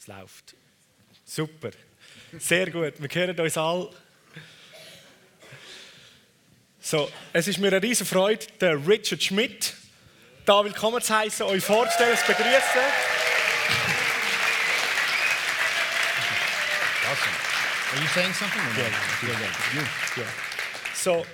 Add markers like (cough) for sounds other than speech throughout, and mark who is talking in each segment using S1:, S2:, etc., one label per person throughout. S1: Es läuft. Super. Sehr gut. Wir hören uns alle. So, es ist mir eine riesige Freude, den Richard Schmidt da willkommen zu heißen, euch vorzustellen, zu begrüßen.
S2: Awesome. Are you saying something? Or no? Yeah, yeah.
S1: So,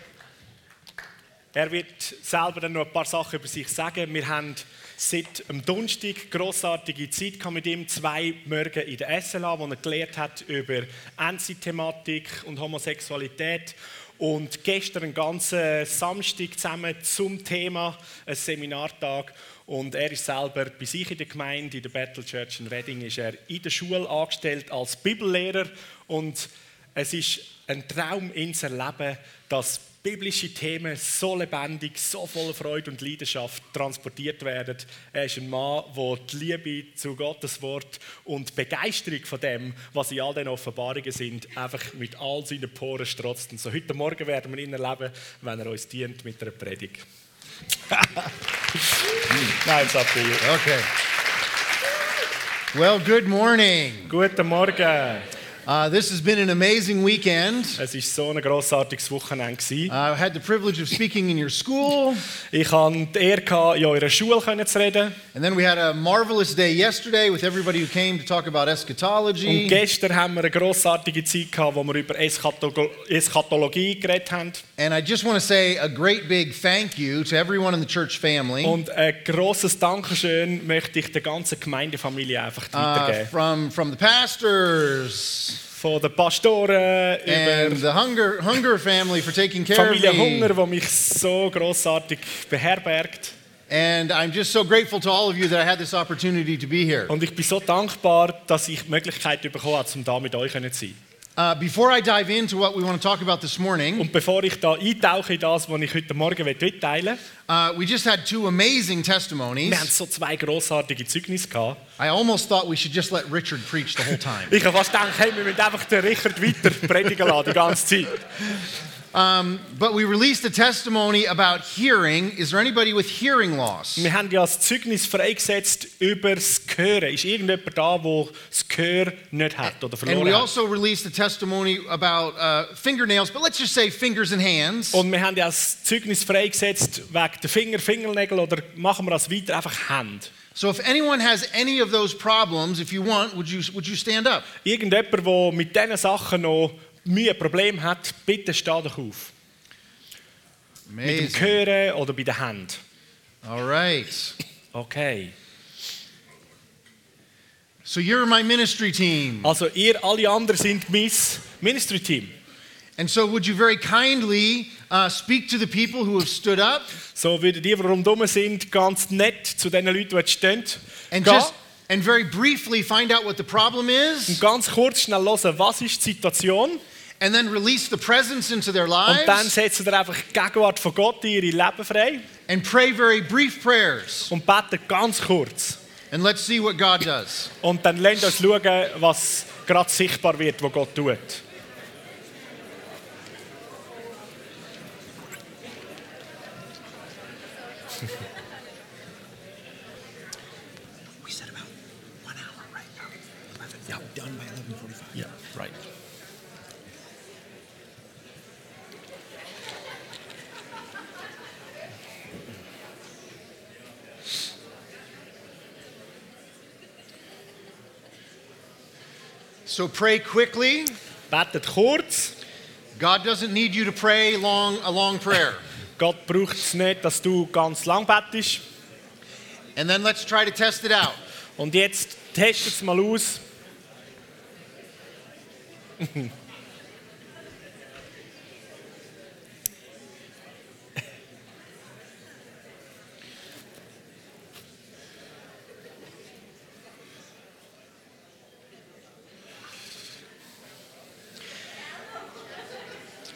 S1: er wird selber dann noch ein paar Sachen über sich sagen. Wir haben seit dem Donnerstag grossartige Zeit gehabt mit ihm, zwei Morgen in der SLA, wo er gelernt hat über Endzeit-Thematik und Homosexualität. Und gestern einen ganzen Samstag zusammen zum Thema, ein Seminartag. Und er ist selber bei sich in der Gemeinde, in der Battle Church in Reading, ist er in der Schule angestellt als Bibellehrer. Und es ist ein Traum ins Erleben, dass biblische Themen so lebendig, so voller Freude und Leidenschaft transportiert werden. Er ist ein Mann, der die Liebe zu Gottes Wort und die Begeisterung von dem, was in all den Offenbarungen sind, einfach mit all seinen Poren strotzt. Und so heute Morgen werden wir ihn erleben, wenn er uns dient mit einer Predigt. (laughs) Nein, es ist
S2: Okay. Well, good morning.
S1: Guten Morgen.
S2: Uh, this has been an amazing weekend.
S1: Es war so ein grossartiges Wochenende. gewesen.
S2: Uh, I had the privilege of speaking in your school,
S1: Ich hatte die Ehre, gehabt, in eurer Schule können zu reden.
S2: and then we had a marvelous day yesterday with everybody who came to talk about
S1: Und
S2: eschatology.
S1: gestern haben wir eine grossartige Zeit gehabt, wo wir über Eschatologo- Eschatologie geredet haben.
S2: And I just want to say a great big thank you to everyone in the church family.
S1: Und ein grosses Dankeschön möchte ich der ganzen Gemeindefamilie einfach
S2: Uh,
S1: weitergeben.
S2: from from the pastors
S1: Von den Pastoren
S2: and
S1: über
S2: the hunger hunger family for taking care of
S1: Familie
S2: me.
S1: Hunger, die mich so grossartig beherbergt.
S2: And I'm just so grateful to all of you that I had this opportunity to be here.
S1: Und ich bin so dankbar, dass ich die Möglichkeit bekommen habe, um da mit euch zu sein.
S2: Uh, before I dive into what we want to talk about this morning,
S1: Und bevor ich da eintauche in das, was ich heute Morgen mitteilen will,
S2: uh, we just had two amazing
S1: Wir haben
S2: testimonies.
S1: so zwei grossartige Zeugnisse gehabt.
S2: I almost thought we should just let Richard preach the whole time. (laughs)
S1: Ich habe fast gedacht, hey, wir müssen einfach den Richard weiter predigen lassen, die ganze Zeit.
S2: But we released a testimony about hearing. Is there anybody with hearing loss?
S1: Wir haben ja das Zeugnis freigesetzt über das Hören. Ist irgendjemand da, der das Gehör nicht hat oder
S2: And we
S1: verloren hat?
S2: also released a testimony about uh, fingernails, but let's just say fingers and hands.
S1: Und wir haben ja das Zeugnis freigesetzt wegen der Finger, Fingernägel oder machen wir das weiter, einfach Hände.
S2: So if anyone has any of those problems, if you want, would you, would you stand up?
S1: Irgendjemand, der mit diesen Sachen noch Mühe, Problem hat, bitte steh doch auf. Mit dem
S2: Amazing.
S1: Hören oder bei den Händen.
S2: All right.
S1: Okay.
S2: So you're my ministry team.
S1: Also ihr alle anderen sind mein Ministry-Team.
S2: And so, would you very kindly uh, speak to the people who have stood up
S1: So würden die, die rundherum sind, ganz nett zu den Leuten, die stehen.
S2: and
S1: gehen
S2: just and very briefly find out what the problem
S1: und
S2: is,
S1: ganz kurz schnell hören, was ist die Situation.
S2: and then release the presence into their
S1: Und dann
S2: lives,
S1: setzen ihr einfach die Gegenwart von Gott in ihre Leben frei
S2: and pray very brief prayers,
S1: und beten ganz kurz.
S2: and let's see what God does.
S1: Und dann lernt uns schauen, was gerade sichtbar wird, was Gott tut.
S3: We said about one hour, right? Eleven. Done by eleven forty-five.
S1: Yeah, right.
S2: So pray quickly.
S1: Betet kurz.
S2: God doesn't need you to pray long a long prayer.
S1: Gott braucht es nicht, dass du ganz lang betest.
S2: And then let's try to test it out.
S1: Und jetzt testet es mal aus.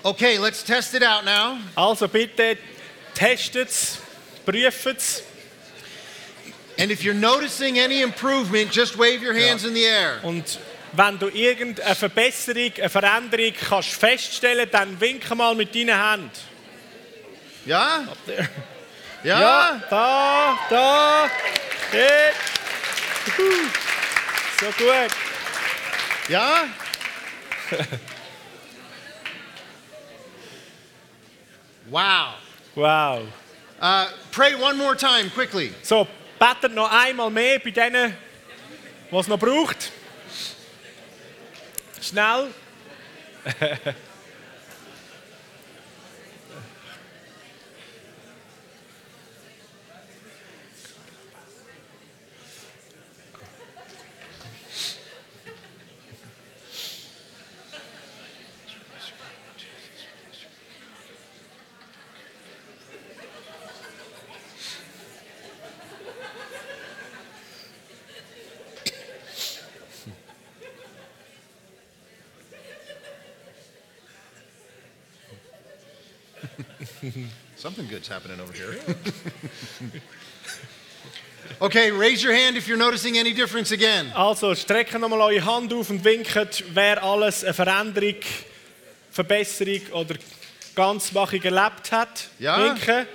S2: Okay, let's test it out now.
S1: Also bitte testet es, prüft es.
S2: And if you're noticing any improvement, just wave your hands in the air.
S1: Und wenn du irgendeine Verbesserung, eine Veränderung kannst feststellen dann winke mal mit deinen Händen.
S2: Yeah?
S1: there.
S2: Yeah?
S1: da, da, dort. Juhu. So gut.
S2: Ja? wow.
S1: Wow.
S2: Uh, pray one more time quickly.
S1: So, betet noch einmal mehr bei denen, was es noch braucht. Schnell.
S2: Something good's happening over here. (laughs) okay, raise your hand if you're noticing any difference again.
S1: Also, strecken nochmal eure Hand auf und winkt, wer alles eine Veränderung, Verbesserung oder Ganzmachung erlebt hat.
S2: Ja.
S1: Winken.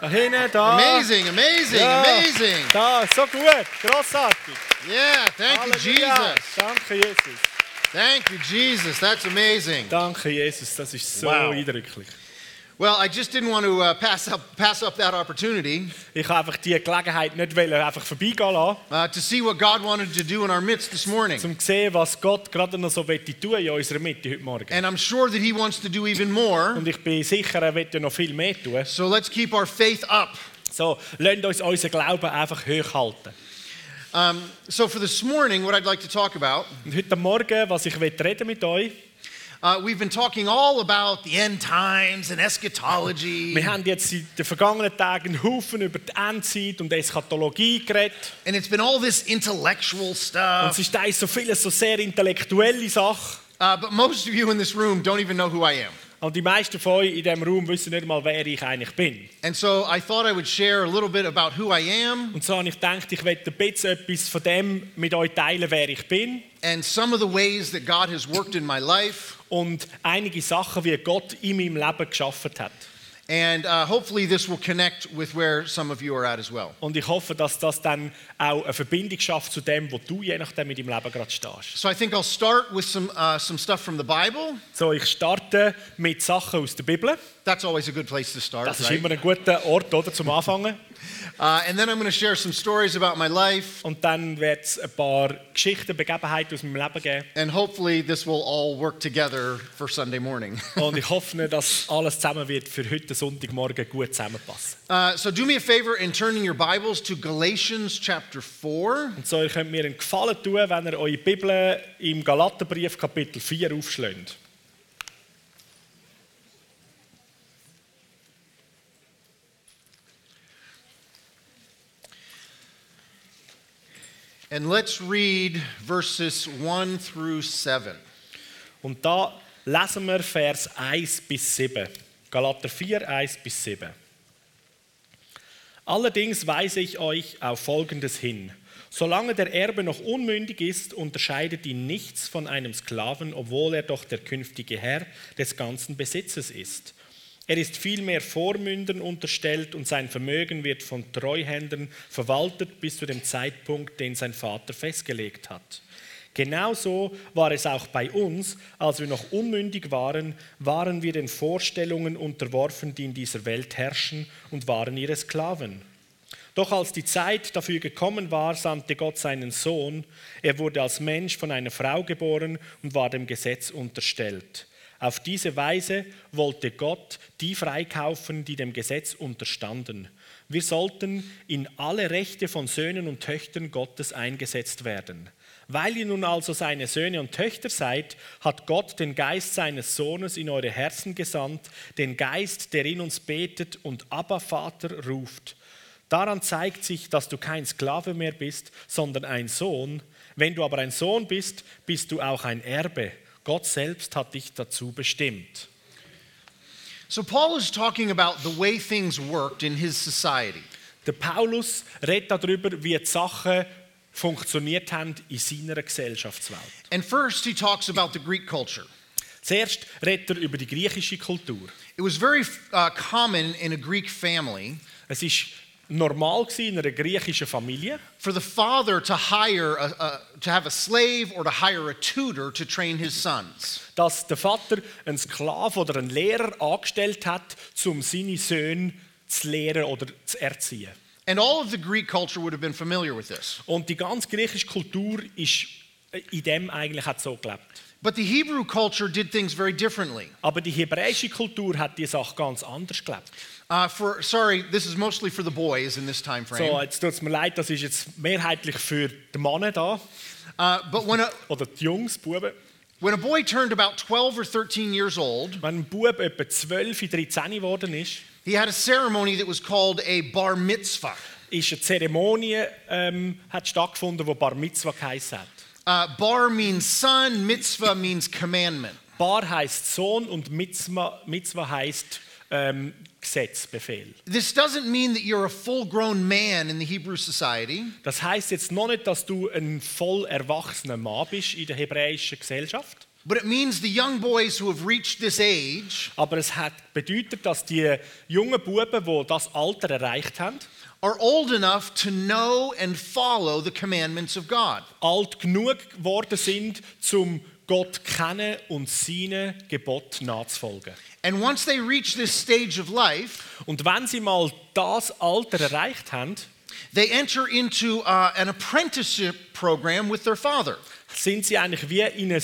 S1: Da hinten, da.
S2: Amazing, amazing,
S1: Ja.
S2: amazing.
S1: Da, so gut. Grossartig.
S2: Yeah, thank you,
S1: Halleluja.
S2: Jesus.
S1: Danke, Jesus.
S2: Thank you, Jesus. That's amazing.
S1: Danke, Jesus. Das ist so
S2: Wow.
S1: eindrücklich.
S2: Well, I just didn't want to uh, pass, up, pass up that opportunity
S1: Ich wollte einfach diese Gelegenheit nicht wollen, einfach vorbeigehen lassen,
S2: uh, to see what God wanted to do in our midst this morning.
S1: um zu sehen, was Gott gerade noch so möchte tun in unserer Mitte heute Morgen.
S2: And I'm sure that He wants to do even more.
S1: Und ich bin sicher, er wird ja noch viel mehr tun.
S2: So let's keep our faith up.
S1: So, lasst uns unseren Glauben einfach hochhalten.
S2: Um, so, for this morning, what I'd like to talk about,
S1: Und heute Morgen, was ich will reden mit euch,
S2: uh, we've been talking all about the end times and eschatology.
S1: wir haben jetzt in den vergangenen Tagen einen Haufen über die Endzeit und Eschatologie geredet.
S2: And it's been all this intellectual
S1: Und
S2: stuff.
S1: es ist eigentlich so vieles so sehr intellektuelle Sache.
S2: Uh, but most of you in this room don't even know who I am.
S1: Und die meisten von euch in diesem Raum wissen nicht mal, wer ich eigentlich bin.
S2: And so I thought I would share a little bit about who I am
S1: Und so habe ich gedacht, ich werde ein bisschen etwas von dem mit euch teilen, wer ich bin.
S2: and some of the ways that God has worked in my life.
S1: Und einige Sachen, wie Gott in meinem Leben geschaffen hat.
S2: And uh, hopefully, this will connect with where some of you are at as well.
S1: Und ich hoffe, dass das dann auch eine Verbindung schafft zu dem, wo du je nachdem in deinem Leben gerade stehst.
S2: So I think I'll start with some, uh, some stuff from the Bible.
S1: So, ich starte mit Sachen aus der Bibel.
S2: That's always a good place to start.
S1: Das ist
S2: right?
S1: immer ein guter Ort, oder, zum Anfangen.
S2: Uh, and then I'm going to share some stories about my life.
S1: Und dann wird es ein paar Geschichten, Begebenheiten aus meinem Leben geben.
S2: And hopefully, this will all work together for Sunday morning. (laughs)
S1: Und ich hoffe, dass alles zusammen wird für heute Sonntagmorgen gut zusammenpassen.
S2: Uh, so, do me a favor in turning your Bibles to Galatians chapter 4.
S1: Und so, ihr könnt mir einen Gefallen tun, wenn ihr eure Bibel im Galaterbrief Kapitel 4 aufschlägt.
S2: And let's read verses 1 through 7.
S1: Und da lesen wir Vers 1 bis 7. Galater 4, 1 bis 7. Allerdings weise ich euch auf Folgendes hin. Solange der Erbe noch unmündig ist, unterscheidet ihn nichts von einem Sklaven, obwohl er doch der künftige Herr des ganzen Besitzes ist. Er ist vielmehr Vormündern unterstellt und sein Vermögen wird von Treuhändern verwaltet bis zu dem Zeitpunkt, den sein Vater festgelegt hat. Genauso war es auch bei uns, als wir noch unmündig waren, waren wir den Vorstellungen unterworfen, die in dieser Welt herrschen, und waren ihre Sklaven. Doch als die Zeit dafür gekommen war, sandte Gott seinen Sohn. Er wurde als Mensch von einer Frau geboren und war dem Gesetz unterstellt. Auf diese Weise wollte Gott die freikaufen, die dem Gesetz unterstanden. Wir sollten in alle Rechte von Söhnen und Töchtern Gottes eingesetzt werden. Weil ihr nun also seine Söhne und Töchter seid, hat Gott den Geist seines Sohnes in eure Herzen gesandt, den Geist, der in uns betet und Abba Vater ruft. Daran zeigt sich, dass du kein Sklave mehr bist, sondern ein Sohn. Wenn du aber ein Sohn bist, bist du auch ein Erbe. Gott selbst hat dich dazu bestimmt.
S2: So, Paul is talking about the way things worked in his society.
S1: Der Paulus redet darüber, wie die Sachen funktioniert haben in seiner Gesellschaftswelt.
S2: And first, he talks about the Greek culture.
S1: Zuerst redet er über die griechische Kultur.
S2: It was very uh, common in a Greek family
S1: Es ist normal gewesen in einer griechischen Familie,
S2: for the father to hire a, a, to have a slave or to hire a tutor to train his sons.
S1: dass der Vater einen Sklaven oder einen Lehrer angestellt hat, um seine Söhne zu lehren oder zu erziehen.
S2: And all of the Greek culture would have been familiar with this.
S1: Und die ganze griechische Kultur ist in dem eigentlich hat so gelebt.
S2: But the Hebrew culture did things very differently.
S1: Aber die hebräische Kultur hat die Sache ganz anders gelebt.
S2: Uh, for sorry, this is mostly for the boys in this time frame.
S1: So, jetzt tut es mir leid, das ist jetzt mehrheitlich für die Männer da
S2: uh, but when a
S1: oder die Jungs, Buben.
S2: when a boy turned about 12 or 13 years old,
S1: Wenn ein Bub etwa 12, 13 geworden ist,
S2: he had a ceremony that was called a bar mitzvah.
S1: ist eine Zeremonie ähm, hat stattgefunden, wo Bar Mitzvah geheißen hat.
S2: Uh, bar means son, mitzvah means commandment.
S1: Bar heißt Sohn und Mitzvah, Mitzvah heißt ähm, Gesetz, Befehl.
S2: This doesn't mean that you're a full-grown man in the Hebrew society.
S1: Das heißt jetzt noch nicht, dass du ein voll erwachsener Mann bist in der hebräischen Gesellschaft,
S2: But it means the young boys who have reached this age
S1: aber es hat bedeutet, dass die jungen Buben, die das Alter erreicht haben,
S2: are old enough to know and follow the commandments of God.
S1: alt genug geworden sind, zum Gott kennen und seine Gebot nachzufolgen.
S2: And once they reach this stage of life,
S1: Und wenn sie mal das Alter erreicht haben,
S2: they enter into uh, an apprenticeship program with their father.
S1: sind sie eigentlich wie in ein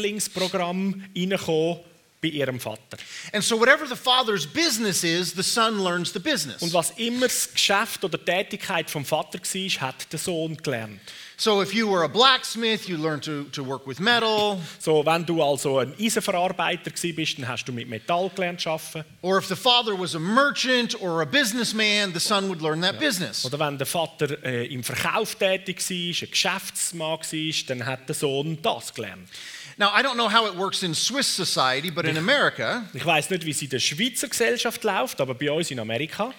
S1: Lehrlingsprogramm reingekommen bei ihrem Vater.
S2: And so, whatever the father's business is, the son learns the
S1: Und
S2: business.
S1: was immer das Geschäft oder die Tätigkeit vom Vater war, hat der Sohn gelernt.
S2: So, if you were a blacksmith, you learn to, to work with metal.
S1: So, wenn du also ein Eisenverarbeiter gsi bist, dann hast du mit Metall gelernt zu arbeiten.
S2: Or if the father was a merchant or a businessman, the son would learn that business.
S1: Oder wenn der Vater äh, im Verkauf tätig war, ein Geschäftsmann war, dann hat der Sohn das gelernt.
S2: Now, I don't know how it works in Swiss society, but in America,
S1: Ich weiß nicht, wie es in der Schweizer Gesellschaft läuft, aber bei uns in Amerika,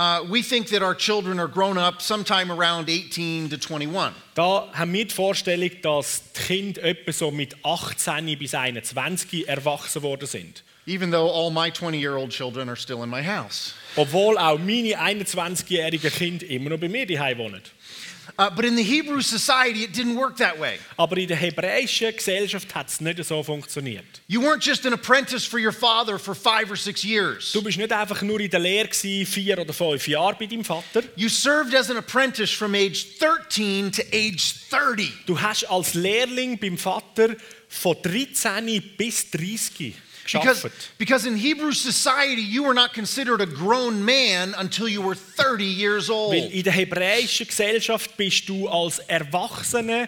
S2: Uh, we think that our children are grown up sometime around 18 to 21.
S1: Da haben wir die Vorstellung, dass die Kinder etwa so mit 18 bis 21 erwachsen worden sind.
S2: Even though all my 20 year old children are still in my house.
S1: Obwohl auch meine 21-jährigen Kinder immer noch bei mir daheim wohnen.
S2: Uh, but in the Hebrew society, it didn't work that way.
S1: Aber in der hebräischen Gesellschaft hat es nicht so funktioniert.
S2: You weren't just an apprentice for your father for five or six years,
S1: Du bist nicht einfach nur in der Lehre gsi, vier oder fünf Jahre bei deinem Vater.
S2: you served as an apprentice from age 13 to age 30.
S1: Du hast als Lehrling beim Vater von 13 bis 30
S2: Because,
S1: geschafft.
S2: because in Hebrew society, you were not considered a grown man until you were 30 years
S1: Weil
S2: old.
S1: in der hebräischen Gesellschaft bist du als erwachsener,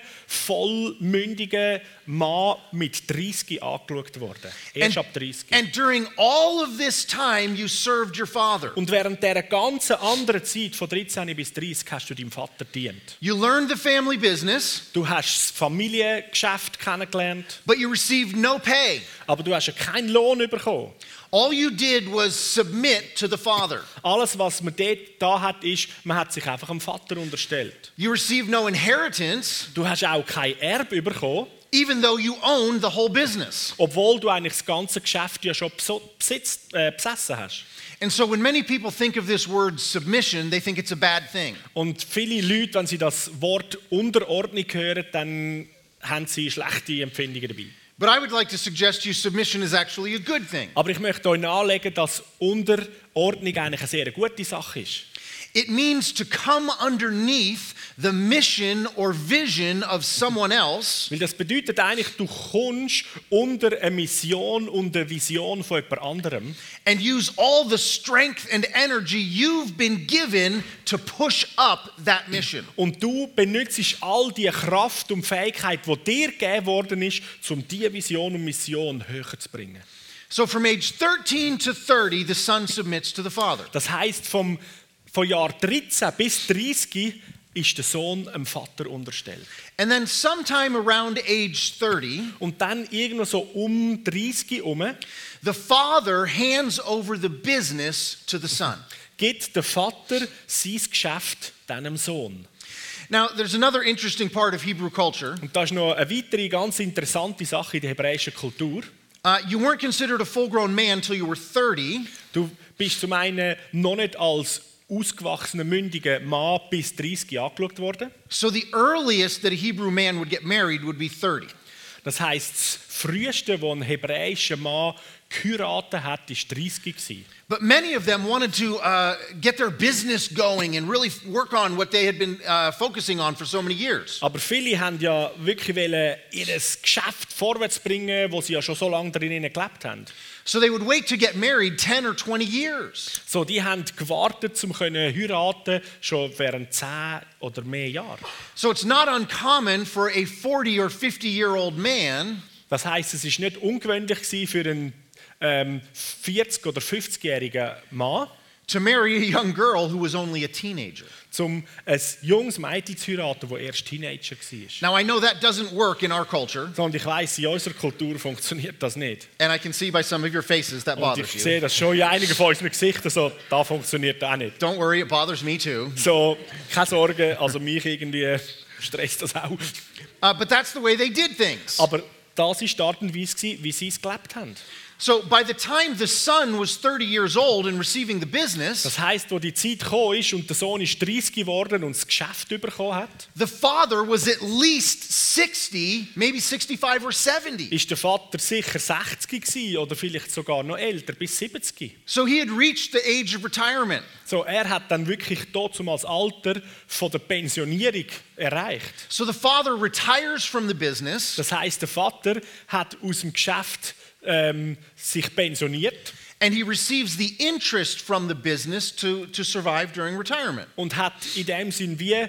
S1: vollmündiger Mann mit 30 angeschaut worden. Erst ab 30.
S2: and during all of this time, you served your father.
S1: Und während dieser ganzen anderen Zeit, von 13 bis 30, hast du deinem Vater dient.
S2: You learned the family business,
S1: Du hast das Familiengeschäft kennengelernt,
S2: but you received no pay.
S1: aber du hast ja keinen Lohn bekommen.
S2: All you did was submit to the father.
S1: Alles, was man dort da hat, ist, man hat sich einfach dem Vater unterstellt.
S2: You received no inheritance,
S1: Du hast auch kein Erbe bekommen,
S2: even though you owned the whole business.
S1: obwohl du eigentlich das ganze Geschäft ja schon beso- besitzt, äh, besessen hast.
S2: And so, when many people think of this word submission, they think it's a bad thing.
S1: Und viele Leute, wenn sie das Wort Unterordnung hören, dann haben sie schlechte Empfindungen dabei.
S2: But I would like to suggest to you submission is actually a good thing.
S1: Aber ich möchte euch nahelegen, dass Unterordnung eigentlich eine sehr gute Sache ist.
S2: It means to come underneath the mission or vision of someone else
S1: Weil das bedeutet eigentlich, du kommst unter eine Mission und eine Vision von jemand anderem
S2: and use all the strength and energy you've been given to push up that mission.
S1: und du benutzt all die Kraft und Fähigkeit, die dir gegeben worden ist, um diese Vision und Mission höher zu bringen.
S2: So from age 13 to 30, the son submits to the father.
S1: Das heißt, vom, vom Jahr 13 bis 30 ist der Sohn dem Vater unterstellt.
S2: And then sometime around age 30,
S1: Und dann irgendwo so um 30 herum
S2: the father hands over the business to the son.
S1: gibt der Vater sein Geschäft deinem Sohn.
S2: Now, there's another interesting part of Hebrew culture.
S1: Und das ist noch eine weitere ganz interessante Sache in der hebräischen Kultur.
S2: Uh, you weren't considered a full grown man until you were 30,
S1: Du bist zum einen noch nicht als ausgewachsenen, mündigen Mann bis 30 angeschaut worden.
S2: So the earliest that a Hebrew man would get married would be 30.
S1: Das heisst, das früheste, wo ein hebräischer Mann geheiratet hat, war 30 gewesen.
S2: But many of them wanted to uh, get their business going and really f- work on what they had been uh, focusing on for so many years.
S1: Aber viele haben ja wirklich wollen ihr Geschäft vorwärts bringen, wo sie ja schon so lange drin gelebt haben.
S2: So they would wait to get married 10 or 20 years.
S1: So, die haben gewartet, um können heiraten schon während 10 oder mehr Jahren.
S2: So it's not uncommon for a 40 or 50 year old man
S1: Das heißt, es ist nicht ungewöhnlich gewesen für einen ähm, 40 oder 50-jährigen Mann,
S2: to marry a young girl who was only a teenager.
S1: um ein junges Mädchen zu heiraten, das erst Teenager war.
S2: Now I know that doesn't work in our culture,
S1: Und ich weiß, in unserer Kultur funktioniert das nicht.
S2: and I can see by some of your faces that
S1: Und ich
S2: bothers you.
S1: sehe das schon in einigen von unseren Gesichtern so, da funktioniert auch nicht.
S2: Don't worry, it bothers me too.
S1: So, keine Sorge, also mich irgendwie stresst das auch.
S2: Uh, but that's the way they did things.
S1: Aber das war die Art und Weise, gewesen, wie sie es gelebt haben.
S2: So by the time the son was 30 years old and receiving the business,
S1: Das heisst, wo die Zeit gekommen ist und der Sohn ist 30 geworden und das Geschäft bekommen hat,
S2: the father was at least 60, maybe 65 or 70.
S1: ist der Vater sicher 60 gewesen oder vielleicht sogar noch älter, bis 70.
S2: So he had reached the age of retirement.
S1: So, er hat dann wirklich dort als Alter von der Pensionierung erreicht.
S2: So the father retires from the business
S1: Das heißt, der Vater hat aus dem Geschäft ähm, sich pensioniert
S2: and he receives the interest from the business to, to survive during retirement.
S1: und hat in dem Sinn wie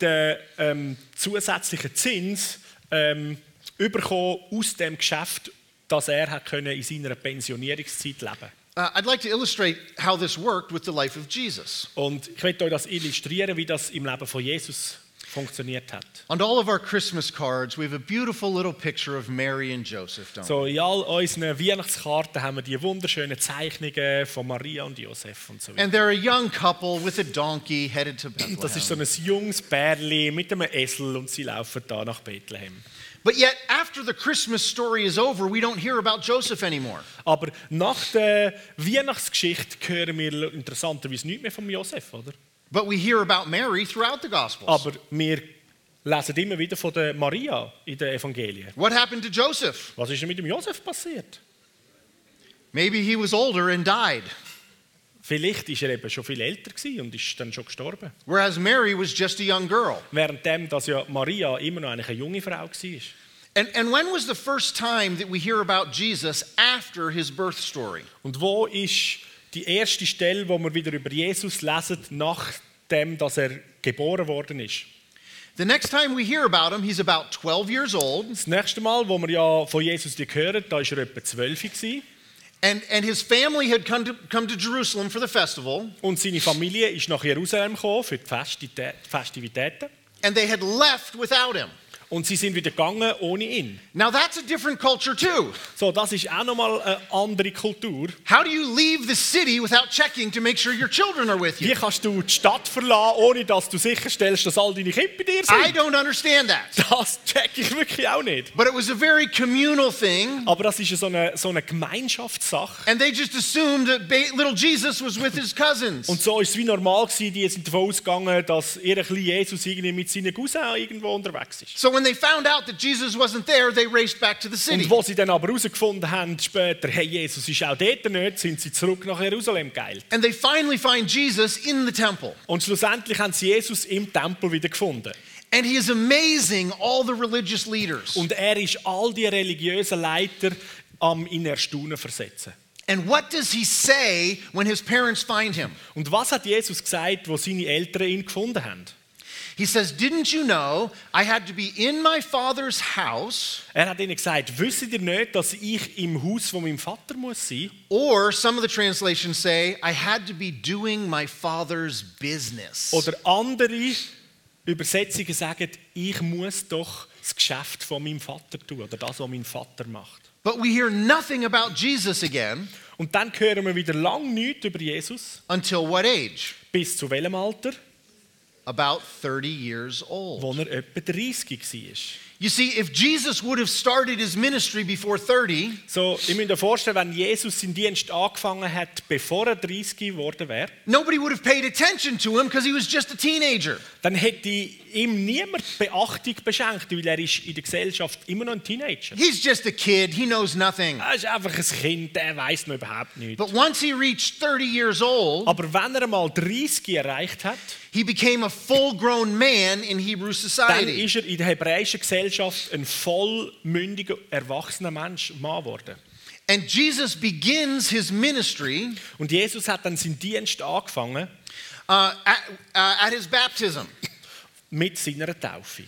S1: den ähm, zusätzlichen Zins ähm, bekommen aus dem Geschäft, das er hat können in seiner Pensionierungszeit leben konnte.
S2: Uh, I'd like to illustrate how this worked with the life of Jesus.
S1: Und ich möchte euch das illustrieren, wie das im Leben von Jesus funktioniert hat.
S2: On all of our Christmas cards, we have a beautiful little picture of Mary and Joseph, don't we?
S1: So in all unseren Weihnachtskarten haben wir die wunderschönen Zeichnungen von Maria und Josef und so weiter.
S2: And they're a young couple with a donkey headed to
S1: Das ist so
S2: Bethlehem.
S1: ein junges Bärli mit einem Esel und sie laufen da nach Bethlehem.
S2: But yet, after the Christmas story is over, we don't hear about Joseph anymore.
S1: Aber nach der Weihnachtsgeschichte hören wir interessanterweise nichts mehr von Josef, oder?
S2: But we hear about Mary throughout the Gospels.
S1: Aber wir lesen immer wieder von der Maria in den Evangelien.
S2: What happened to Joseph?
S1: Was ist denn mit dem Josef passiert?
S2: Maybe he was older and died,
S1: Vielleicht ist er eben schon viel älter gewesen und ist dann schon gestorben.
S2: whereas Mary was just a young girl.
S1: Währenddem, dass ja Maria immer noch eigentlich eine junge Frau war.
S2: And, and when was the first time that we hear about Jesus after his birth story?
S1: Und wo ist die erste Stelle, wo wir wieder über Jesus lesen, nachdem dass er geboren worden ist?
S2: The next time we hear about him, he's about 12 years old,
S1: Das nächste Mal, wo wir ja von Jesus die hören, da war er etwa zwölf gewesen.
S2: and, and his family had come to, come to Jerusalem for the festival,
S1: und seine Familie ist nach Jerusalem gekommen für die Festitä- Festivitäten
S2: and they had left without him.
S1: und sie sind wieder gegangen ohne ihn.
S2: Now, that's a different culture, too.
S1: So, das ist auch nochmal eine andere Kultur.
S2: How do you leave the city without checking to make sure your children are with
S1: Wie
S2: you?
S1: kannst du die Stadt verlassen, ohne dass du sicherstellst, dass all deine Kinder bei dir
S2: I
S1: sind?
S2: don't understand that.
S1: Das check ich wirklich auch nicht.
S2: But it was a very communal thing,
S1: Aber das ist ja so eine, so eine Gemeinschaftssache.
S2: and they just assumed that ba- little Jesus was with his
S1: Und
S2: cousins.
S1: so ist es wie normal gewesen, die sind davon ausgegangen, dass ihr kleiner Jesus irgendwie mit seinen Cousins irgendwo unterwegs ist.
S2: So when they found out that Jesus wasn't there, they raced back to the city.
S1: Und wo sie dann aber herausgefunden haben, später, hey, Jesus ist auch dort nicht, sind sie zurück nach Jerusalem geeilt.
S2: And they finally find Jesus in the temple.
S1: Und schlussendlich haben sie Jesus im Tempel wieder gefunden.
S2: And he is amazing all the religious leaders.
S1: Und er ist all die religiösen Leiter am in Erstaunen versetzen.
S2: And what does he say when his parents find him?
S1: Und was hat Jesus gesagt, wo seine Eltern ihn gefunden haben?
S2: He says, Didn't you know I had to be in my father's house?
S1: Er hat ihnen gesagt, wisst ihr nicht, dass ich im Haus von meinem Vater muss sein?
S2: Or some of the translations say, I had to be doing my father's business.
S1: Oder andere Übersetzungen sagen, ich muss doch das Geschäft von meinem Vater tun oder das, was mein Vater macht.
S2: But we hear nothing about Jesus again
S1: Und dann hören wir wieder lang nichts über Jesus.
S2: until what age?
S1: Bis zu welchem Alter?
S2: About 30 years old.
S1: Wo er etwa 30 war.
S2: You see, if Jesus would have started his ministry before 30,
S1: So, ich müsst mir vorstellen, wenn Jesus seinen Dienst angefangen hat, bevor er 30 geworden wäre,
S2: nobody would have paid attention to him because he was just a teenager.
S1: dann hätte ihm niemand Beachtung beschenkt, weil er ist in der Gesellschaft immer noch ein Teenager.
S2: He's just a kid, he knows nothing.
S1: Er ist einfach ein Kind, er weiß noch überhaupt nichts.
S2: But once he reached 30 years old,
S1: Aber wenn er mal 30 erreicht hat,
S2: he became a full grown man in
S1: dann
S2: Hebrew society.
S1: ist er in der hebräischen Gesellschaft ein vollmündiger, erwachsener Mensch, Mann geworden.
S2: And Jesus begins his ministry
S1: Und Jesus hat dann seinen Dienst angefangen
S2: uh, at, uh, at his baptism.
S1: mit seiner Taufe.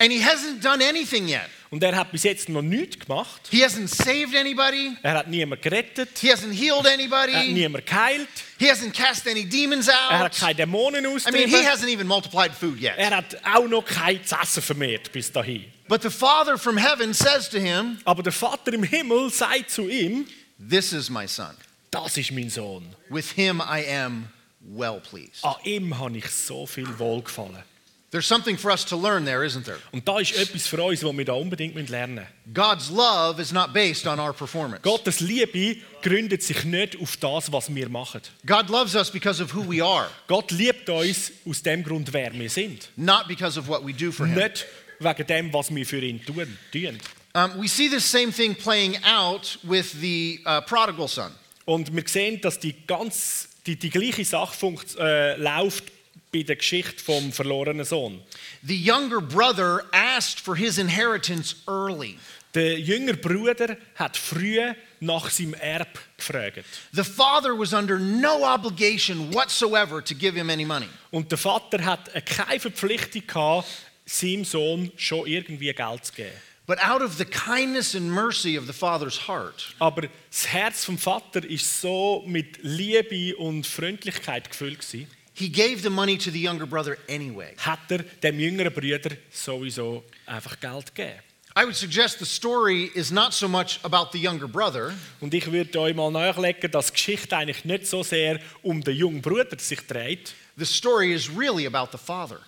S2: And he hasn't done anything yet.
S1: Und er hat bis jetzt noch nichts gemacht.
S2: He hasn't saved anybody,
S1: Er hat niemanden gerettet,
S2: he hasn't healed
S1: er hat
S2: anybody,
S1: niemanden geheilt,
S2: he hasn't cast any demons
S1: er hat
S2: out.
S1: keine Dämonen
S2: I mean, he
S1: austrieben.
S2: hasn't even multiplied food yet.
S1: Er hat auch noch kein zu essen vermehrt bis dahin.
S2: But the Father from heaven says to him,
S1: Aber der Vater im Himmel sagt zu ihm,
S2: This is my son.
S1: das ist mein Sohn.
S2: With him I am well pleased.
S1: An ihm habe ich so viel Wohlgefallen.
S2: There's something for us to learn there, isn't there?
S1: Und da ist etwas für uns, was wir da unbedingt lernen müssen.
S2: God's love is not based on our performance.
S1: Gottes Liebe gründet sich nicht auf das, was wir machen.
S2: God loves us because of who we are,
S1: Gott liebt uns aus dem Grund, wer wir sind.
S2: not because of what we do for him.
S1: Nicht wegen dem, was wir für ihn tun. tun.
S2: Um, we see this same thing playing out with the uh, prodigal son.
S1: Und wir sehen, dass die, ganz, die, die gleiche Sache funkt, äh, läuft bei der Geschichte vom verlorenen Sohn.
S2: The younger brother asked for his inheritance early.
S1: Der jüngere Bruder hat früh nach seinem Erb gefragt.
S2: The father was under no obligation whatsoever to give him any money.
S1: Und der Vater hat äh, keine Verpflichtung gehabt, seinem Sohn schon irgendwie Geld zu geben.
S2: But out of the kindness and mercy of the father's heart,
S1: Aber das Herz vom Vater ist so mit Liebe und Freundlichkeit gefüllt gewesen,
S2: he gave the money to the younger brother anyway.
S1: hat er dem jüngeren Bruder sowieso einfach Geld gegeben.
S2: I would suggest the story is not so much about the younger brother,
S1: Und ich würde euch mal nachlegen, dass die Geschichte eigentlich nicht so sehr um den jungen Bruder sich dreht.
S2: the story is really about the father.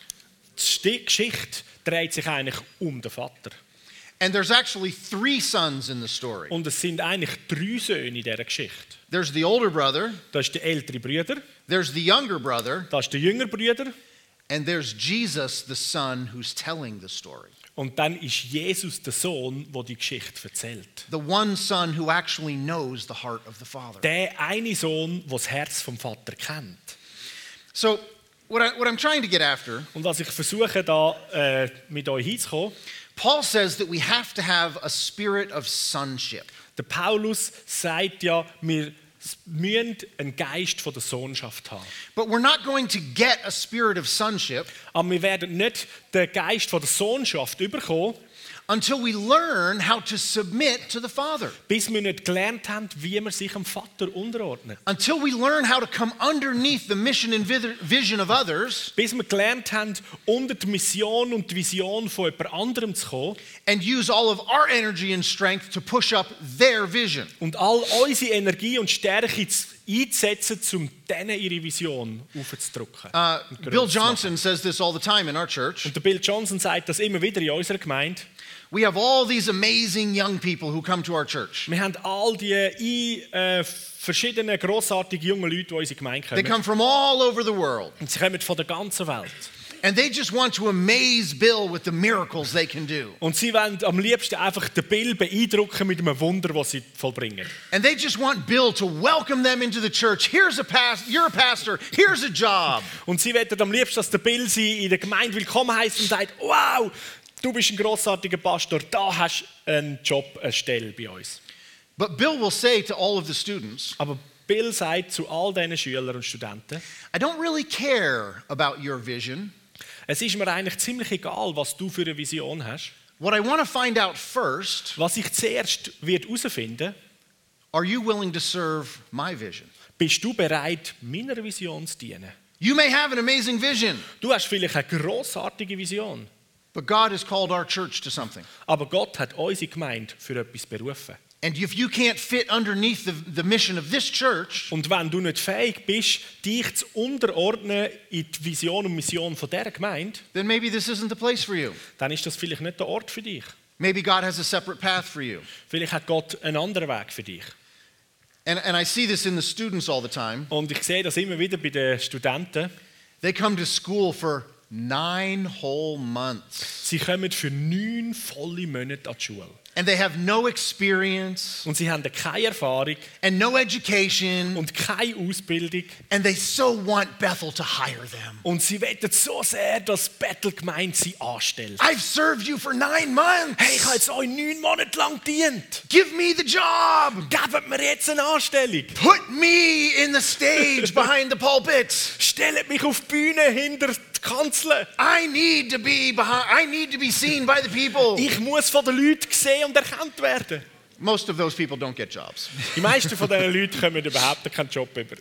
S1: Die Sti- Geschichte dreht sich eigentlich um den Vater.
S2: And there's actually three sons in the story
S1: Und es sind eigentlich drei Söhne in dieser Geschichte.
S2: there's the older brother,
S1: Das ist der ältere Bruder,
S2: there's the younger brother,
S1: das ist der jüngere Bruder
S2: and there's Jesus, the son, who's telling the story.
S1: und dann ist Jesus der Sohn, der die Geschichte erzählt.
S2: The one son who actually knows the heart of the father.
S1: Der eine Sohn, der das Herz vom Vater kennt.
S2: So, what, I, what I'm trying to get after,
S1: Und was ich versuche, da äh, mit euch hinzukommen,
S2: Paul says that we have to have a spirit of sonship.
S1: der Paulus sagt ja, wir müssen einen Geist von der Sohnschaft haben.
S2: But we're not going to get a spirit of sonship
S1: Aber wir werden nicht den Geist von der Sohnschaft überkommen,
S2: until we learn how to submit to the Father,
S1: bis wir nicht gelernt haben, wie wir sich dem Vater unterordnen.
S2: until we learn how to come underneath the mission and vid- vision of others
S1: Bis wir gelernt haben, unter die Mission und die Vision von jemand anderem zu kommen
S2: and use all of our energy and strength to push up their vision.
S1: und all unsere Energie und Stärke zu- einzusetzen, um denen ihre Vision aufzudrücken.
S2: Uh,
S1: und gross
S2: Bill
S1: zu machen.
S2: Johnson says this all the time in our church.
S1: Und der Bill Johnson sagt das immer wieder in unserer Gemeinde.
S2: We have all these amazing young people who come to our church.
S1: Wir haben all die ein, äh, verschiedenen grossartigen jungen Leute, die in unsere Gemeinde
S2: They
S1: kommen.
S2: come from all over the world,
S1: Und sie kommen von der ganzen Welt.
S2: and they just want to amaze Bill with the miracles they can do.
S1: Und sie wollen am liebsten einfach den Bill beeindrucken mit einem Wunder, das sie vollbringen.
S2: And they just want Bill to welcome them into the church. Here's a past, you're a pastor, here's a job.
S1: Und sie wollen am liebsten, dass der Bill sie in der Gemeinde willkommen heißt und sagt, wow, du bist ein grossartiger Pastor, da hast du einen Job, eine Stelle bei uns.
S2: But Bill will say to all of the students,
S1: Aber Bill sagt zu all diesen Schülern und Studenten,
S2: I don't really care about your vision.
S1: es ist mir eigentlich ziemlich egal, was du für eine Vision hast.
S2: What I want to find out first,
S1: Was ich zuerst wird herausfinden
S2: are you willing to serve my vision?
S1: bist du bereit, meiner Vision zu dienen?
S2: You may have an amazing vision,
S1: Du hast vielleicht eine grossartige Vision,
S2: but God has called our church to something.
S1: aber Gott hat unsere Gemeinde für etwas berufen.
S2: And if you can't fit underneath the, the mission of this church,
S1: Und wenn du nicht fähig bist, dich zu unterordnen in die Vision und Mission von dieser Gemeinde,
S2: then maybe this isn't the place for you.
S1: dann ist das vielleicht nicht der Ort für dich.
S2: Maybe God has a separate path for you.
S1: Vielleicht hat Gott einen anderen Weg für dich.
S2: And, and I see this in the students all the time.
S1: Und ich sehe das immer wieder bei den Studenten.
S2: They come to school for nine whole months
S1: Sie kommen für neun volle Monate an die Schule.
S2: and they have no experience
S1: Und sie haben keine Erfahrung
S2: and no education,
S1: und keine Ausbildung.
S2: and they so want Bethel to hire them.
S1: Und sie wollen so sehr, dass Battle-Gemeinde sie anstellt.
S2: I've served you for nine months.
S1: Hey, ich habe jetzt euch neun Monate lang gedient.
S2: give me the job.
S1: Gebt mir jetzt eine Anstellung.
S2: Put me in the stage behind the pulpit.
S1: Stellt mich auf die Bühne hinter die Kanzel.
S2: I need to be behind, I need to be seen by the people.
S1: Ich muss von den Leuten gesehen und erkannt werden.
S2: Most of those people don't get jobs.
S1: Die meisten von diesen Leuten kommen überhaupt keinen Job über.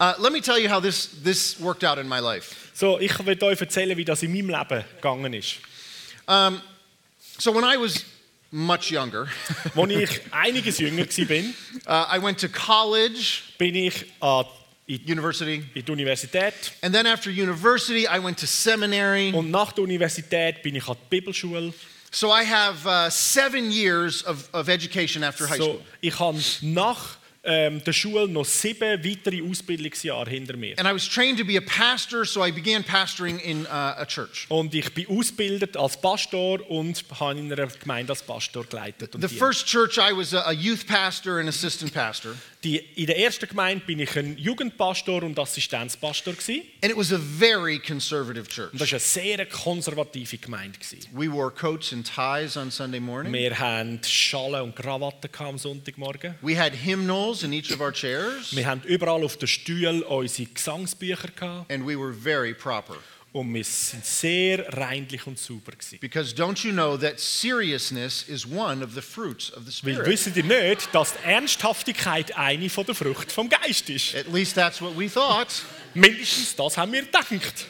S2: Uh, let me tell you how this, this worked out in my life.
S1: So, ich will euch erzählen, wie das in meinem Leben gegangen ist.
S2: So when I was much younger,
S1: Als ich einiges jünger war,
S2: (laughs) uh, I went to college,
S1: bin ich an in
S2: university,
S1: in die Universität.
S2: and then after university, I went to seminary.
S1: Und nach der Universität bin ich an die Bibelschule.
S2: So I have uh, seven years of, of education after high school.
S1: So, ich habe nach ähm, der Schule noch sieben weitere Ausbildungsjahre hinter mir.
S2: And I was trained to be a pastor, so I began pastoring in uh, a church.
S1: Und ich bin ausgebildet als Pastor und habe in einer Gemeinde als Pastor geleitet. Und
S2: The
S1: die-
S2: first church, I was a, a youth pastor and assistant pastor.
S1: die, in der ersten Gemeinde bin ich ein Jugendpastor und Assistenzpastor. Gewesen.
S2: And it was a very conservative
S1: Und
S2: church.
S1: das war eine sehr konservative Gemeinde. Gewesen.
S2: We wore coats and ties on Sunday morning.
S1: Wir hatten Schalen und Krawatten gehabt am Sonntagmorgen.
S2: We had hymnals in each of our chairs,
S1: Wir hatten überall auf den Stühlen unsere Gesangsbücher gehabt.
S2: and we were very proper.
S1: und wir sind sehr reinlich und sauber. Gewesen.
S2: Because don't you know that seriousness is one of the fruits of the
S1: Weil
S2: Spirit?
S1: wisst ihr nicht, dass die Ernsthaftigkeit eine von der Frucht vom Geist ist?
S2: At least that's what we thought.
S1: Mindestens das haben wir gedacht.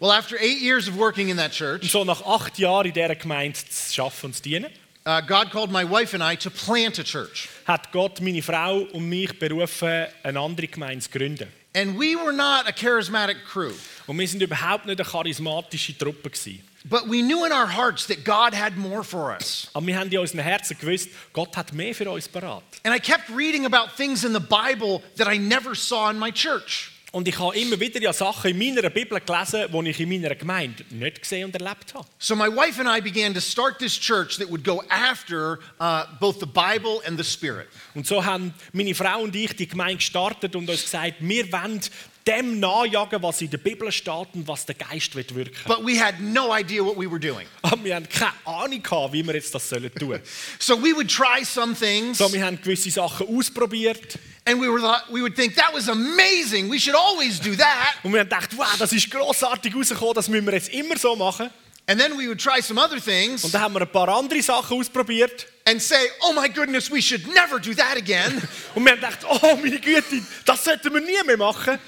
S2: Well, after eight years of working in that
S1: Und
S2: church,
S1: so nach acht Jahren in dieser Gemeinde zu arbeiten und zu dienen,
S2: uh, God called my wife and I to plant a church.
S1: hat Gott meine Frau und mich berufen, eine andere Gemeinde zu gründen.
S2: And we were not a charismatic crew,
S1: Und wir sind überhaupt nicht eine charismatische Truppe. Gewesen.
S2: but we knew in our hearts that God had more for us.
S1: Aber wir haben in unseren Herzen gewusst, Gott hat mehr für uns parat.
S2: And I kept reading about things in the Bible that I never saw in my church.
S1: Und ich habe immer wieder ja Sachen in meiner Bibel gelesen, die ich in meiner Gemeinde nicht gesehen und erlebt habe.
S2: So my wife and I began to start this church that would go after uh, both the Bible and the Spirit.
S1: Und so haben meine Frau und ich die Gemeinde gestartet und uns gesagt, wir wollen dem nachjagen, was in der Bibel steht und was der Geist wird wirken.
S2: But we had no idea what we were doing.
S1: Aber wir haben keine Ahnung gehabt, wie wir jetzt das sollen tun.
S2: So we would try some things,
S1: So, wir haben gewisse Sachen ausprobiert
S2: and we, were, thought- we would think, that was amazing. We should always do that.
S1: und wir haben gedacht, wow, das ist grossartig rausgekommen, das müssen wir jetzt immer so machen.
S2: And then we would try some other
S1: Und
S2: things
S1: dann haben wir ein paar andere Sachen ausprobiert
S2: and say, oh my goodness, we should never do that again.
S1: und wir haben gedacht, oh meine Güte, das sollten wir nie mehr machen.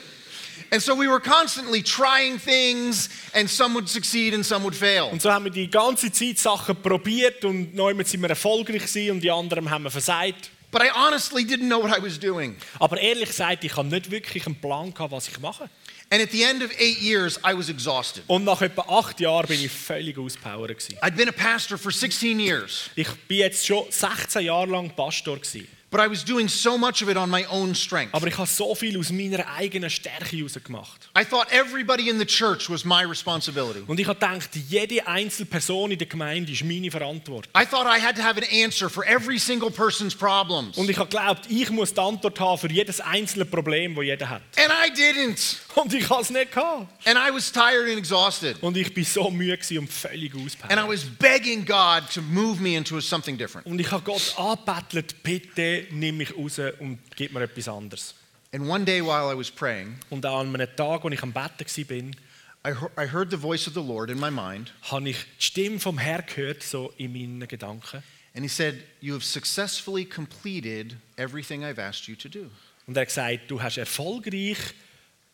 S2: and so we were constantly trying things, and some would succeed and some would fail.
S1: Und so haben wir die ganze Zeit Sachen probiert und neumal sind wir erfolgreich gewesen und die anderen haben wir versagt.
S2: But I honestly didn't know what I was doing.
S1: Aber ehrlich gesagt, ich habe nicht wirklich einen Plan gehabt, was ich mache.
S2: And at the end of eight years, I was exhausted.
S1: Und nach etwa acht Jahren bin ich völlig auspowered. Gewesen.
S2: I'd been a pastor for 16 years,
S1: Ich bin jetzt schon 16 Jahre lang Pastor gewesen.
S2: but I was doing so much of it on my own strength.
S1: Aber ich habe so viel aus meiner eigenen Stärke herausgemacht.
S2: I thought everybody in the church was my responsibility.
S1: Und ich habe gedacht, jede einzelne Person in der Gemeinde ist meine Verantwortung.
S2: I thought I had to have an answer for every single person's problems.
S1: Und ich habe geglaubt, ich muss die Antwort haben für jedes einzelne Problem, das jeder hat.
S2: And I didn't.
S1: Und ich habe es nicht gehabt.
S2: And I was tired and exhausted.
S1: Und ich bin so müde gewesen und völlig
S2: And I
S1: auspowered.
S2: was begging God to move me into something different.
S1: Und ich habe Gott angebettelt, bitte nimm mich raus und gib mir etwas anderes.
S2: And one day while I was praying,
S1: Und an einem Tag, als ich am Betten war,
S2: I, hear- I heard the voice of the Lord in my mind,
S1: habe ich die Stimme vom Herrn gehört, so in meinen Gedanken.
S2: and He said, You have successfully completed everything I've asked you to do.
S1: Und er hat gesagt, du hast erfolgreich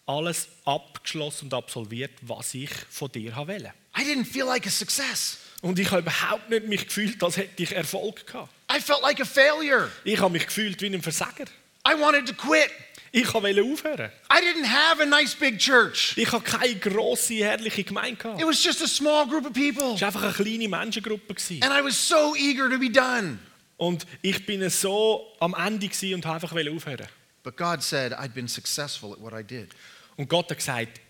S1: alles abgeschlossen und absolviert, was ich von dir wollte.
S2: I didn't feel like a success.
S1: Und ich habe überhaupt nicht mich gefühlt, als hätte ich Erfolg gehabt.
S2: I felt like a failure.
S1: Ich habe mich gefühlt wie ein Versager.
S2: I wanted to quit.
S1: Ich wollte aufhören.
S2: I didn't have a nice big church.
S1: Ich habe keine grosse, herrliche Gemeinde.
S2: It
S1: Gehabt.
S2: was just a small group of people.
S1: Es war einfach eine kleine Menschengruppe. gewesen.
S2: And I was so eager to be done.
S1: Und ich bin so am Ende gewesen und wollte einfach aufhören.
S2: But God said I'd been successful at what I did.
S1: Und Gott hat gesagt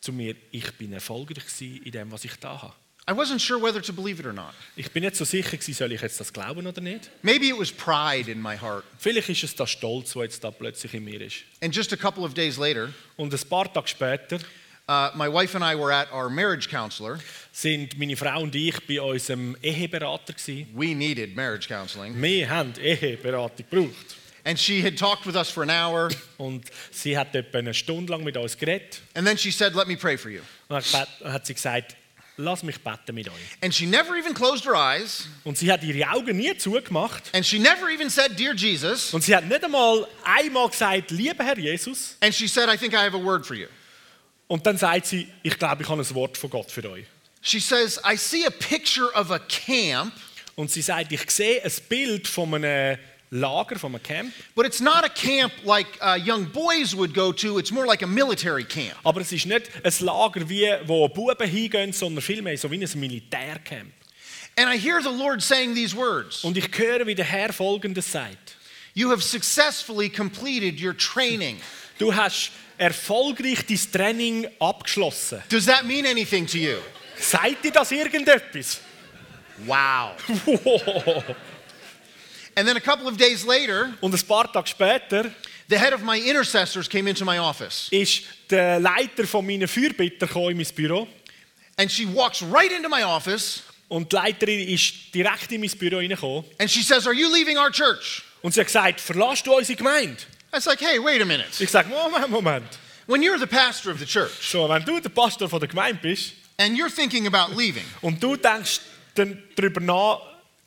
S1: zu mir, ich bin erfolgreich gewesen in dem, was ich da habe.
S2: I wasn't sure whether to believe it or not.
S1: Ich bin nicht so sicher gewesen, soll ich jetzt das glauben oder nicht.
S2: Maybe it was pride in my heart.
S1: Vielleicht ist es der Stolz, der jetzt da plötzlich in mir ist.
S2: And just a couple of days later,
S1: Und ein paar Tage später
S2: uh, my wife and I were at our marriage counselor.
S1: sind meine Frau und ich bei unserem Eheberater gewesen.
S2: We needed marriage counseling.
S1: Wir haben Eheberatung gebraucht.
S2: And she had talked with us for an hour.
S1: Und sie hat etwa eine Stunde lang mit uns geredet.
S2: And then she said, Let me pray for you.
S1: Und dann hat gebet- hat sie gesagt, lass mich beten mit euch.
S2: And she never even closed her eyes.
S1: Und sie hat ihre Augen nie zugemacht.
S2: And she never even said, Dear Jesus.
S1: Und sie hat nicht einmal einmal gesagt, lieber Herr Jesus.
S2: And she said, I think I have a word for you.
S1: Und dann sagt sie, ich glaube, ich habe ein Wort von Gott für euch.
S2: She says, I see a picture of a camp,
S1: Und sie sagt, ich sehe ein Bild von einem Lager, von einem Camp.
S2: but it's not a camp like uh, young boys would go to. It's more like a military camp.
S1: Aber es ist nicht ein Lager, wie, wo Buben hingehen, sondern vielmehr so wie ein Militärcamp.
S2: And I hear the Lord saying these words
S1: Und ich höre, wie der Herr Folgendes sagt.
S2: You have successfully completed your training.
S1: Du hast erfolgreich dein Training abgeschlossen.
S2: Does that mean anything to you?
S1: Sagt dir das irgendetwas? (laughs)
S2: Wow. And then a couple of days later,
S1: Und ein paar Tage später
S2: the head of my intercessors came into my office
S1: ist der Leiter von meinen Feuerbitter gekommen in mein Büro.
S2: and she walks right into my office
S1: Und die Leiterin ist direkt in mein Büro reingekommen.
S2: and she says, Are you leaving our church?
S1: Und sie hat gesagt, verlässt du unsere Gemeinde?
S2: I was like, Hey, wait a minute.
S1: Ich sage, Moment, Moment.
S2: When you're the pastor of the church
S1: So, wenn du der Pastor von der Gemeinde bist
S2: and you're thinking about leaving,
S1: und du denkst dann darüber nach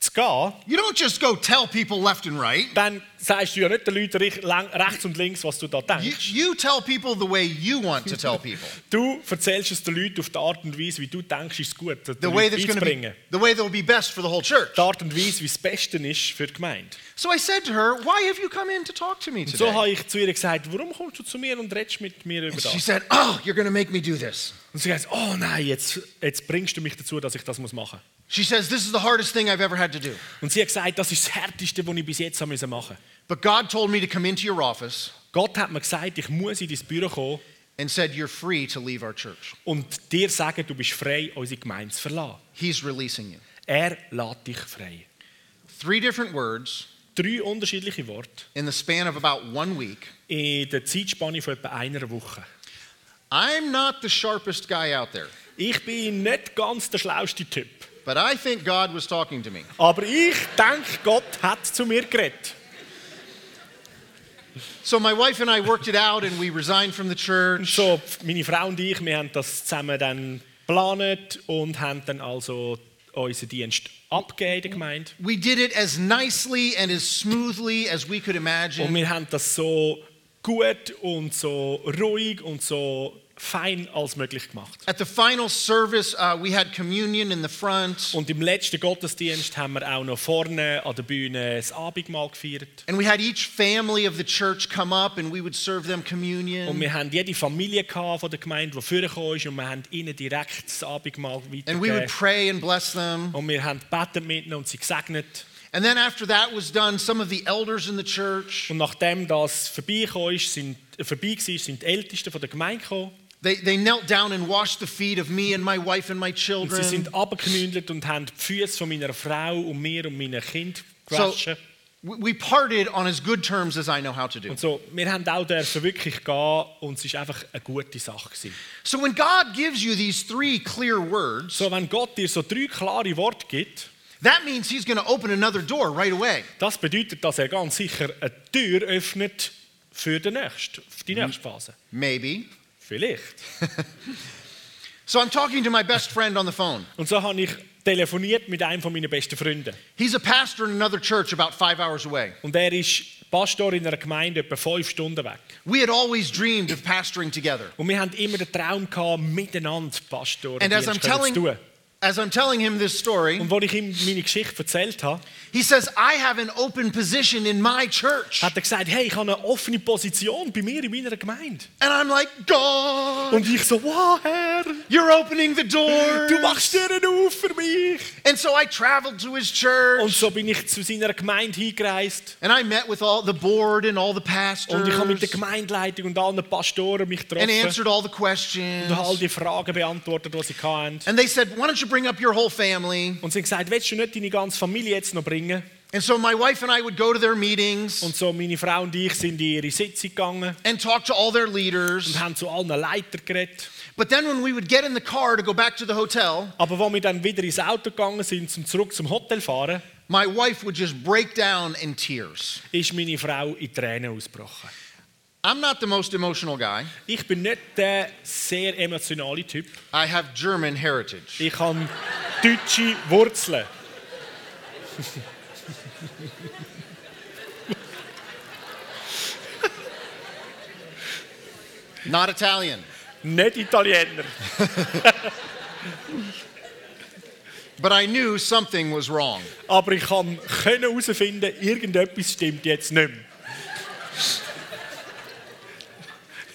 S1: zu gehen,
S2: you don't just go tell people left and right.
S1: dann sagst du ja nicht den Leuten rech- lang- rechts und links, was du da
S2: You,
S1: denkst.
S2: you tell people the way you want to tell people,
S1: Du erzählst es den Leuten auf die Art und Weise, wie du denkst, ist gut, den
S2: the way
S1: Leuten
S2: that's going to be,
S1: beizubringen.
S2: the way that will be best for the whole church.
S1: Die Art und Weise, wie es das Beste ist für die Gemeinde.
S2: So I said to her, Why have you come in to talk to me
S1: So
S2: today?
S1: habe ich zu ihr gesagt, warum kommst du zu mir und redest mit mir über
S2: And she
S1: das?
S2: said, Oh, you're going to make me do this.
S1: Und sie sagt, oh nein, jetzt, jetzt bringst du mich dazu, dass ich das muss machen muss.
S2: She says, This is the hardest thing I've ever had to do.
S1: Und sie hat gesagt, das ist das Härteste, was ich bis jetzt habe müssen machen musste.
S2: But God told me to come into your office
S1: Gott hat mir gesagt, ich muss in dein Büro kommen
S2: and said, You're free to leave our church.
S1: und dir sagen, du bist frei, unsere Gemeinde zu verlassen.
S2: He's releasing you.
S1: Er lässt dich frei.
S2: Three different words
S1: Drei unterschiedliche Worte
S2: in the span of about one week.
S1: in der Zeitspanne von etwa einer Woche.
S2: I'm not the sharpest guy out there,
S1: Ich bin nicht ganz der schlauste Typ,
S2: but I think God was talking to me.
S1: aber ich denke, Gott hat zu mir geredet.
S2: So my wife and I worked it out and we resigned from the
S1: Und
S2: church.
S1: So, meine Frau und ich, wir haben das zusammen dann geplant und haben dann also unseren Dienst abgegeben in der Gemeinde.
S2: We did it as nicely and as smoothly as we could
S1: Und
S2: imagine.
S1: wir haben das so gut und so ruhig und so fein als möglich gemacht.
S2: At the final service, uh, we had communion in the front
S1: Und im letzten Gottesdienst haben wir auch noch vorne an der Bühne das Abendmahl gefeiert.
S2: and we had each family of the church come up and we would serve them
S1: Und
S2: communion.
S1: wir haben jede Familie gehabt von der Gemeinde, die vorgekommen ist und wir haben ihnen direkt das Abendmahl
S2: And we would
S1: weitergegeben.
S2: pray and bless them.
S1: Und wir haben gebeten mit ihnen und sie gesegnet.
S2: And then after that was done, some of the elders in the church,
S1: Und nachdem das vorbeigekommen ist, sind, äh, vorbei war, sind die Ältesten von der Gemeinde gekommen.
S2: they, they knelt down and washed the feet of me and my wife and my
S1: Und sie
S2: children.
S1: sind abgeknündelt und haben die Füße von meiner Frau und mir und meinen Kind
S2: So
S1: gewaschen.
S2: we we parted on as good terms as I know how to do.
S1: Und so, wir haben auch dürfen wirklich gehen und es war einfach eine gute Sache. Gewesen.
S2: So when God gives you these three clear words,
S1: So, wenn Gott dir so drei klare Worte gibt,
S2: that means He's going to open another door right away.
S1: das bedeutet, dass er ganz sicher eine Tür öffnet für den nächsten, für
S2: Mhm.
S1: die nächste Phase.
S2: Maybe.
S1: Vielleicht.
S2: So I'm talking to my best friend on the phone.
S1: Und so habe ich telefoniert mit einem von meinen besten Freunden.
S2: He's a pastor in another church about five hours away.
S1: Und er ist Pastor in einer Gemeinde etwa fünf Stunden weg.
S2: We had always dreamed of pastoring together.
S1: Und wir hatten immer den Traum, gehabt, miteinander Pastor
S2: And as I'm
S1: Dienst können zu
S2: telling,
S1: tun.
S2: As I'm telling him this story,
S1: Und als ich ihm meine Geschichte erzählt habe,
S2: he says, I have an open position in my church.
S1: hat er gesagt, hey, ich habe eine offene Position bei mir in meiner Gemeinde.
S2: And I'm like, God,
S1: Und ich so, wow, Herr,
S2: you're opening the
S1: du
S2: door.
S1: machst Türen auf für mich.
S2: And so I traveled to his
S1: Und
S2: church
S1: so bin ich zu seiner Gemeinde hingereist.
S2: and I met with all the board and all the
S1: Und ich habe mit der
S2: pastors
S1: Gemeindeleitung und allen Pastoren mich
S2: and
S1: getroffen
S2: answered all the
S1: und all
S2: questions.
S1: die Fragen beantwortet, die sie hatten.
S2: And they said, Why don't you bring up your whole family?
S1: Und sie haben gesagt, willst du nicht deine ganze Familie jetzt noch bringen?
S2: And so my wife and I would go to their meetings
S1: Und so meine Frau und ich sind in ihre Sitzung gegangen
S2: and talk to all their leaders.
S1: und haben zu allen Leitern geredet.
S2: But then when we would get in the car to go back to the hotel,
S1: Aber als wir dann wieder ins Auto gegangen sind, zum zurück zum Hotel fahren,
S2: my wife would just break down in tears.
S1: ist meine Frau in Tränen ausgebrochen.
S2: I'm not the most emotional guy.
S1: Ich bin nicht der sehr emotionale Typ.
S2: I have German heritage.
S1: Ich habe deutsche Wurzeln.
S2: Not Italian.
S1: Nicht Italiener.
S2: But I knew something was wrong.
S1: Aber ich kann können herausfinden, irgendetwas stimmt jetzt nicht mehr.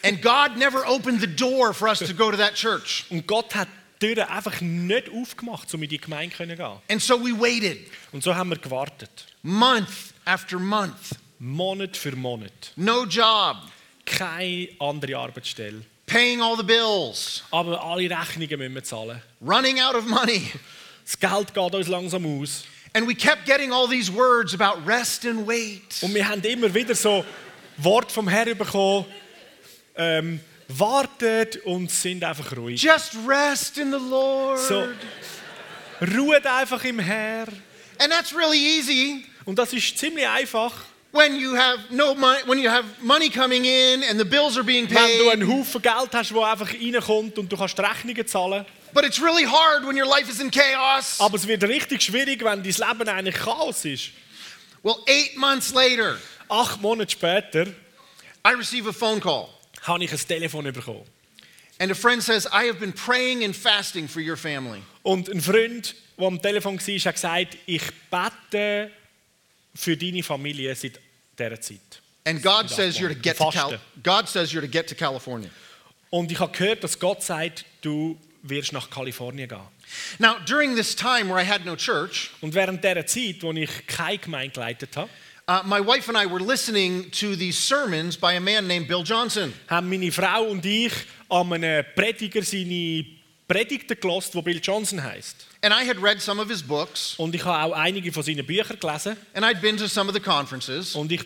S2: And God never opened the door for us to go to that church.
S1: Und Gott hat die Türen einfach nicht aufgemacht, um in die Gemeinde zu gehen.
S2: And so we waited
S1: Und so haben wir gewartet.
S2: month after month.
S1: Monat für Monat.
S2: No job,
S1: Keine andere Arbeitsstelle.
S2: paying all the bills,
S1: Aber alle Rechnungen müssen wir zahlen.
S2: running out of money.
S1: Das Geld geht uns langsam aus.
S2: And we kept getting all these words about rest and wait.
S1: Und wir haben immer wieder so Wort vom Herrn bekommen. Ähm, wartet und sind einfach ruhig.
S2: Just rest in the Lord.
S1: So, ruht einfach im Herr.
S2: and that's really easy
S1: Und das ist ziemlich einfach,
S2: when you have no money, when you have money coming in and the bills are being
S1: wenn du
S2: paid.
S1: einen Haufen Geld hast, wo einfach reinkommt und du kannst die Rechnungen zahlen.
S2: But it's really hard when your life is in chaos.
S1: Aber es wird richtig schwierig, wenn dein Leben eigentlich Chaos ist.
S2: Well, eight months later,
S1: Acht Monate später
S2: I receive a phone call,
S1: habe ich ein Telefon bekommen.
S2: and a friend says, I have been praying and fasting for your family.
S1: Und ein Freund, der am Telefon war, hat gesagt, ich bete für deine Familie seit dieser Zeit.
S2: And God
S1: Good
S2: says you're to
S1: afternoon.
S2: get to Cal-
S1: Fasten.
S2: God says you're to get to California.
S1: Und ich habe gehört, dass Gott sagt, du wirst nach Kalifornien gehen.
S2: Now, during this time where I had no church,
S1: Und während dieser Zeit, wo ich keine Gemeinde geleitet habe,
S2: uh, my wife and I were listening to these sermons by a man named Bill Johnson.
S1: haben meine Frau und ich an einem Prediger seine Predigten gelesen, der Bill Johnson heißt.
S2: And I had read some of his books,
S1: Und ich habe auch einige von seinen Büchern gelesen.
S2: and I'd been to some of the conferences,
S1: Und ich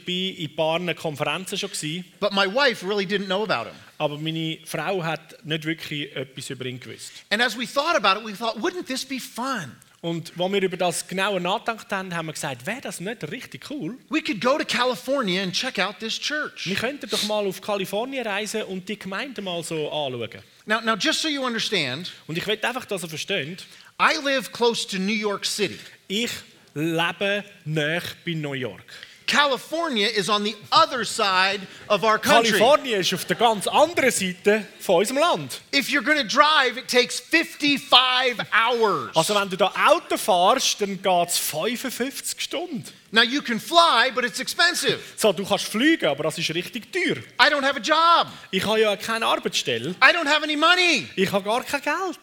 S1: war in ein paar Konferenzen schon, gewesen,
S2: but my wife really didn't know about him.
S1: aber meine Frau hat nicht wirklich etwas über ihn gewusst.
S2: And as we thought about it, we thought, wouldn't this be fun?
S1: Und als wir über das genauer nachgedacht haben, haben wir gesagt, wäre das nicht richtig cool?
S2: We could go to California and check out this church.
S1: Wir könnten doch mal auf Kalifornien reisen und die Gemeinde mal so anschauen.
S2: Now, now just so you understand,
S1: Und ich will einfach, dass ihr versteht,
S2: I live close to New York City.
S1: ich lebe nahe bei New York.
S2: California is on the other side of our country.
S1: Kalifornien ist auf der ganz anderen Seite von unserem Land.
S2: If you're going to drive, it takes 55 hours.
S1: Also wenn du da Auto fährst, dann geht es 55 Stunden.
S2: Now, you can fly, but it's expensive.
S1: So, du kannst fliegen, aber das ist richtig teuer.
S2: I don't have a job.
S1: Ich habe ja keine Arbeitsstelle.
S2: I don't have any money.
S1: Ich habe gar kein Geld.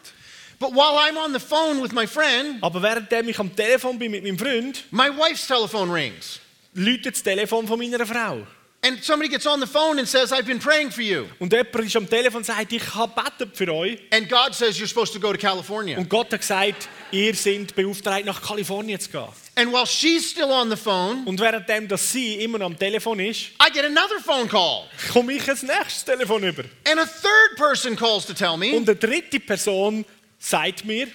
S2: But while I'm on the phone with my friend,
S1: Aber währenddem ich am Telefon bin mit meinem Freund,
S2: my wife's telephone rings.
S1: läutet das Telefon von meiner Frau.
S2: And somebody gets on the phone and says, I've been praying for you.
S1: Und jemand ist am Telefon und sagt, ich habe betet für euch.
S2: And God says, You're supposed to go to California.
S1: Und Gott hat gesagt, ihr seid beauftragt, nach Kalifornien zu gehen.
S2: And while she's still on the phone,
S1: Und währenddem, dass sie immer noch am Telefon ist,
S2: I get another phone call.
S1: komme ich als nächstes Telefon über.
S2: And a third person calls to tell me,
S1: Und eine dritte Person sagt mir,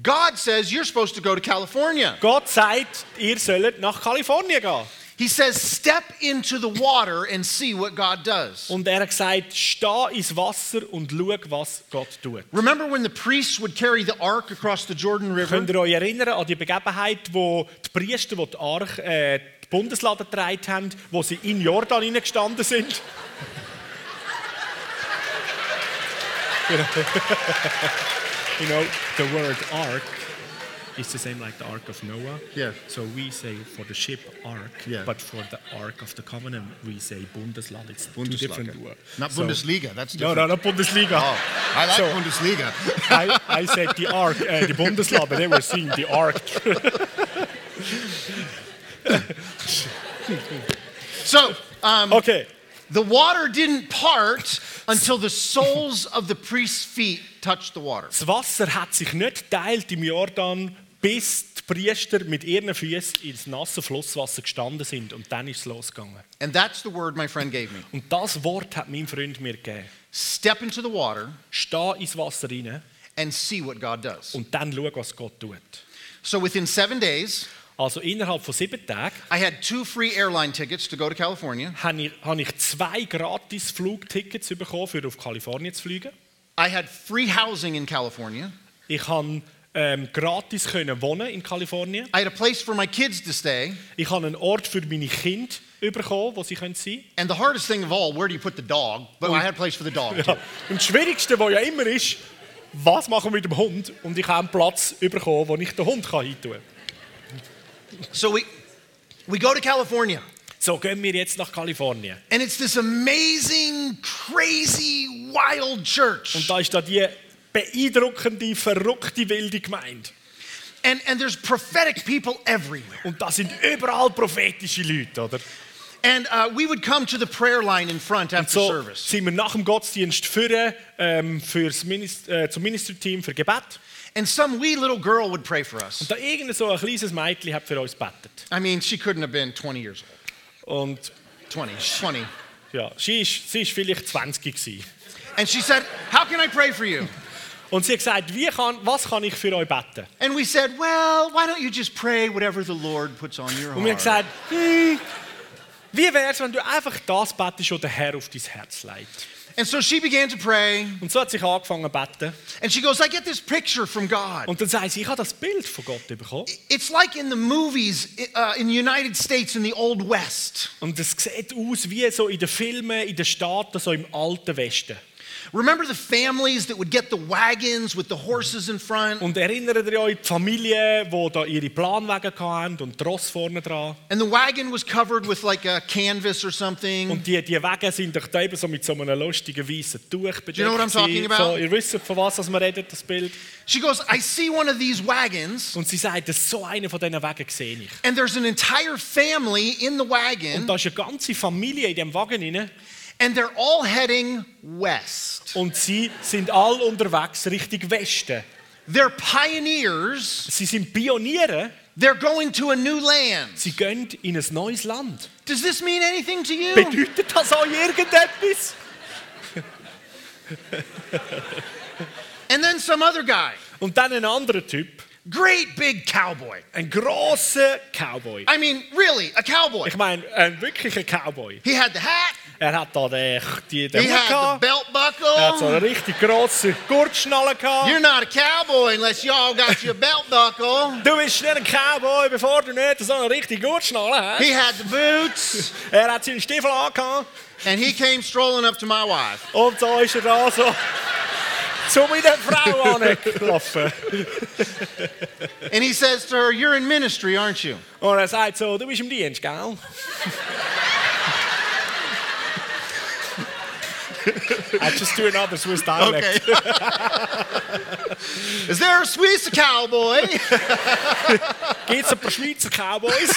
S2: God says, You're supposed to go to California.
S1: Gott sagt, ihr sollt nach Kalifornien gehen.
S2: He says, Step into the water and see what God does.
S1: Und er hat gesagt, steh ins Wasser und schau, was Gott tut.
S2: Remember when the priests would carry the ark across the Jordan River?
S1: Könnt ihr euch erinnern an die Begebenheit, wo die Priester, die die Arche, äh, die Bundeslade getragen haben, wo sie in Jordan hineingestanden (laughs) sind? you know, the word Ark It's the same like the Ark of Noah.
S2: Yes.
S1: So we say for the ship Ark,
S2: Yeah.
S1: but for the Ark of the Covenant we say Bundesland. It's two
S2: Bundesliga.
S1: different words.
S2: Not
S1: So-
S2: Bundesliga. That's
S1: No,
S2: different.
S1: no, not Bundesliga.
S2: Oh, I like
S1: So- (laughs)
S2: Bundesliga.
S1: I, I said the Ark, uh, the Bundesland, but they were seeing the Ark.
S2: So um,
S1: okay.
S2: the water didn't part until the soles of the priest's feet touched the water.
S1: Das Wasser hat sich nicht teilt im Jordan, bis die Priester mit ihren Füßen ins nasse Flusswasser gestanden sind. Und dann ist es losgegangen.
S2: And that's the word my friend gave me.
S1: Und das Wort hat mein Freund mir gegeben.
S2: Step into the water
S1: Steh ins Wasser rein
S2: and see what God does.
S1: und dann schau, was Gott tut.
S2: So within seven days,
S1: Also innerhalb von sieben Tagen
S2: I had two free airline tickets to go to California.
S1: habe ich, habe ich zwei gratis Flugtickets bekommen, für auf Kalifornien zu fliegen.
S2: I had free housing in California.
S1: Ich konnte ähm, gratis können wohnen in Kalifornien.
S2: I had a place for my kids to stay.
S1: Ich habe einen Ort für meine Kinder bekommen, wo sie können sein können.
S2: And the hardest thing of all, where do you put the dog? But I had a place for the dog. Too.
S1: Ja. Und das Schwierigste, was ja immer ist, was machen wir mit dem Hund? Und ich habe einen Platz bekommen, wo ich den Hund kann reintun kann.
S2: So we, we go to California.
S1: So gehen wir jetzt nach Kalifornien.
S2: And it's this amazing, crazy, wild
S1: Und
S2: church.
S1: da ist da die beeindruckende, verrückte, wilde Gemeinde.
S2: And, and there's prophetic people everywhere.
S1: Und da sind überall prophetische Leute, oder?
S2: And uh, we would come to the prayer line in front after
S1: So
S2: service.
S1: sind wir nach dem Gottesdienst führen, ähm, fürs Minis- äh, zum Ministerteam für Gebet.
S2: And some wee little girl would pray for us.
S1: Da irgend so ein kleines Mädchen hat für uns gebetet.
S2: I mean, she couldn't have been 20 years old.
S1: Und
S2: 20, 20.
S1: ja, sie ist, sie ist vielleicht 20 gewesen.
S2: And she said, How can I pray for you?
S1: Und sie hat gesagt, wie kann, was kann ich für euch beten?
S2: And we said, Well, why don't you just pray whatever the Lord puts on your
S1: Und wir haben
S2: heart?
S1: gesagt, hm, wie wär's, wenn du einfach das betest, was der Herr auf dein Herz legt?
S2: And so she began to pray.
S1: Und so hat sich angefangen zu beten.
S2: And she goes, I get this picture from God.
S1: Und dann sagt sie, ich habe das Bild von Gott bekommen.
S2: It's like in the movies uh, in the United States in the Old West.
S1: Und es sieht aus wie so in den Filmen, in den Staaten, so im alten Westen.
S2: Remember the families that would get the wagons with the horses in front?
S1: Und erinnert ihr euch die Familien, die da ihre Planwagen hatten und die Ross vorne dran?
S2: And the wagon was covered with like a canvas or something.
S1: Und die, die Wagen sind doch da eben so mit so einem lustigen weißen Tuch bedeckt.
S2: you know what I'm talking
S1: gewesen. So,
S2: about?
S1: ihr wisst, von was das wir reden, das Bild.
S2: She goes, I see one of these wagons,
S1: Und sie sagt, dass so einen von diesen Wagen sehe ich.
S2: and there's an entire family in the
S1: Und
S2: wagon,
S1: da ist eine ganze Familie in diesem Wagen drin.
S2: and they're all heading west.
S1: Und sie sind alle unterwegs Richtung Westen.
S2: They're pioneers,
S1: Sie sind Pioniere.
S2: they're going to a new land.
S1: Sie gehen in ein neues Land.
S2: Does this mean anything to you?
S1: Bedeutet das auch irgendetwas?
S2: And then some other guy,
S1: Und dann ein anderer Typ.
S2: great big cowboy.
S1: Ein grosser Cowboy.
S2: I mean, really, a cowboy.
S1: Ich meine, ein wirklicher Cowboy.
S2: He had the hat,
S1: Er hat da den, die- den
S2: he
S1: Hut
S2: had the
S1: gehabt.
S2: belt
S1: Er hat so
S2: buckle.
S1: eine richtig grosse Gurtschnalle gehabt.
S2: You're not a cowboy unless y'all got your belt buckle.
S1: Du bist nicht ein Cowboy, bevor du nicht so eine richtige Gurtschnalle hast.
S2: He had the boots,
S1: Er hat seine Stiefel angehabt.
S2: and he came strolling up to my wife.
S1: Und so ist er da so (laughs) zu meiner
S2: (laughs)
S1: Frau angelaufen.
S2: And he says to her, You're in ministry, aren't you?
S1: Und er sagt so, du bist im Dienst, gell? I just do another Swiss dialect.
S2: (laughs) Is there a Swiss cowboy?
S1: Geht's ein paar Schweizer Cowboys?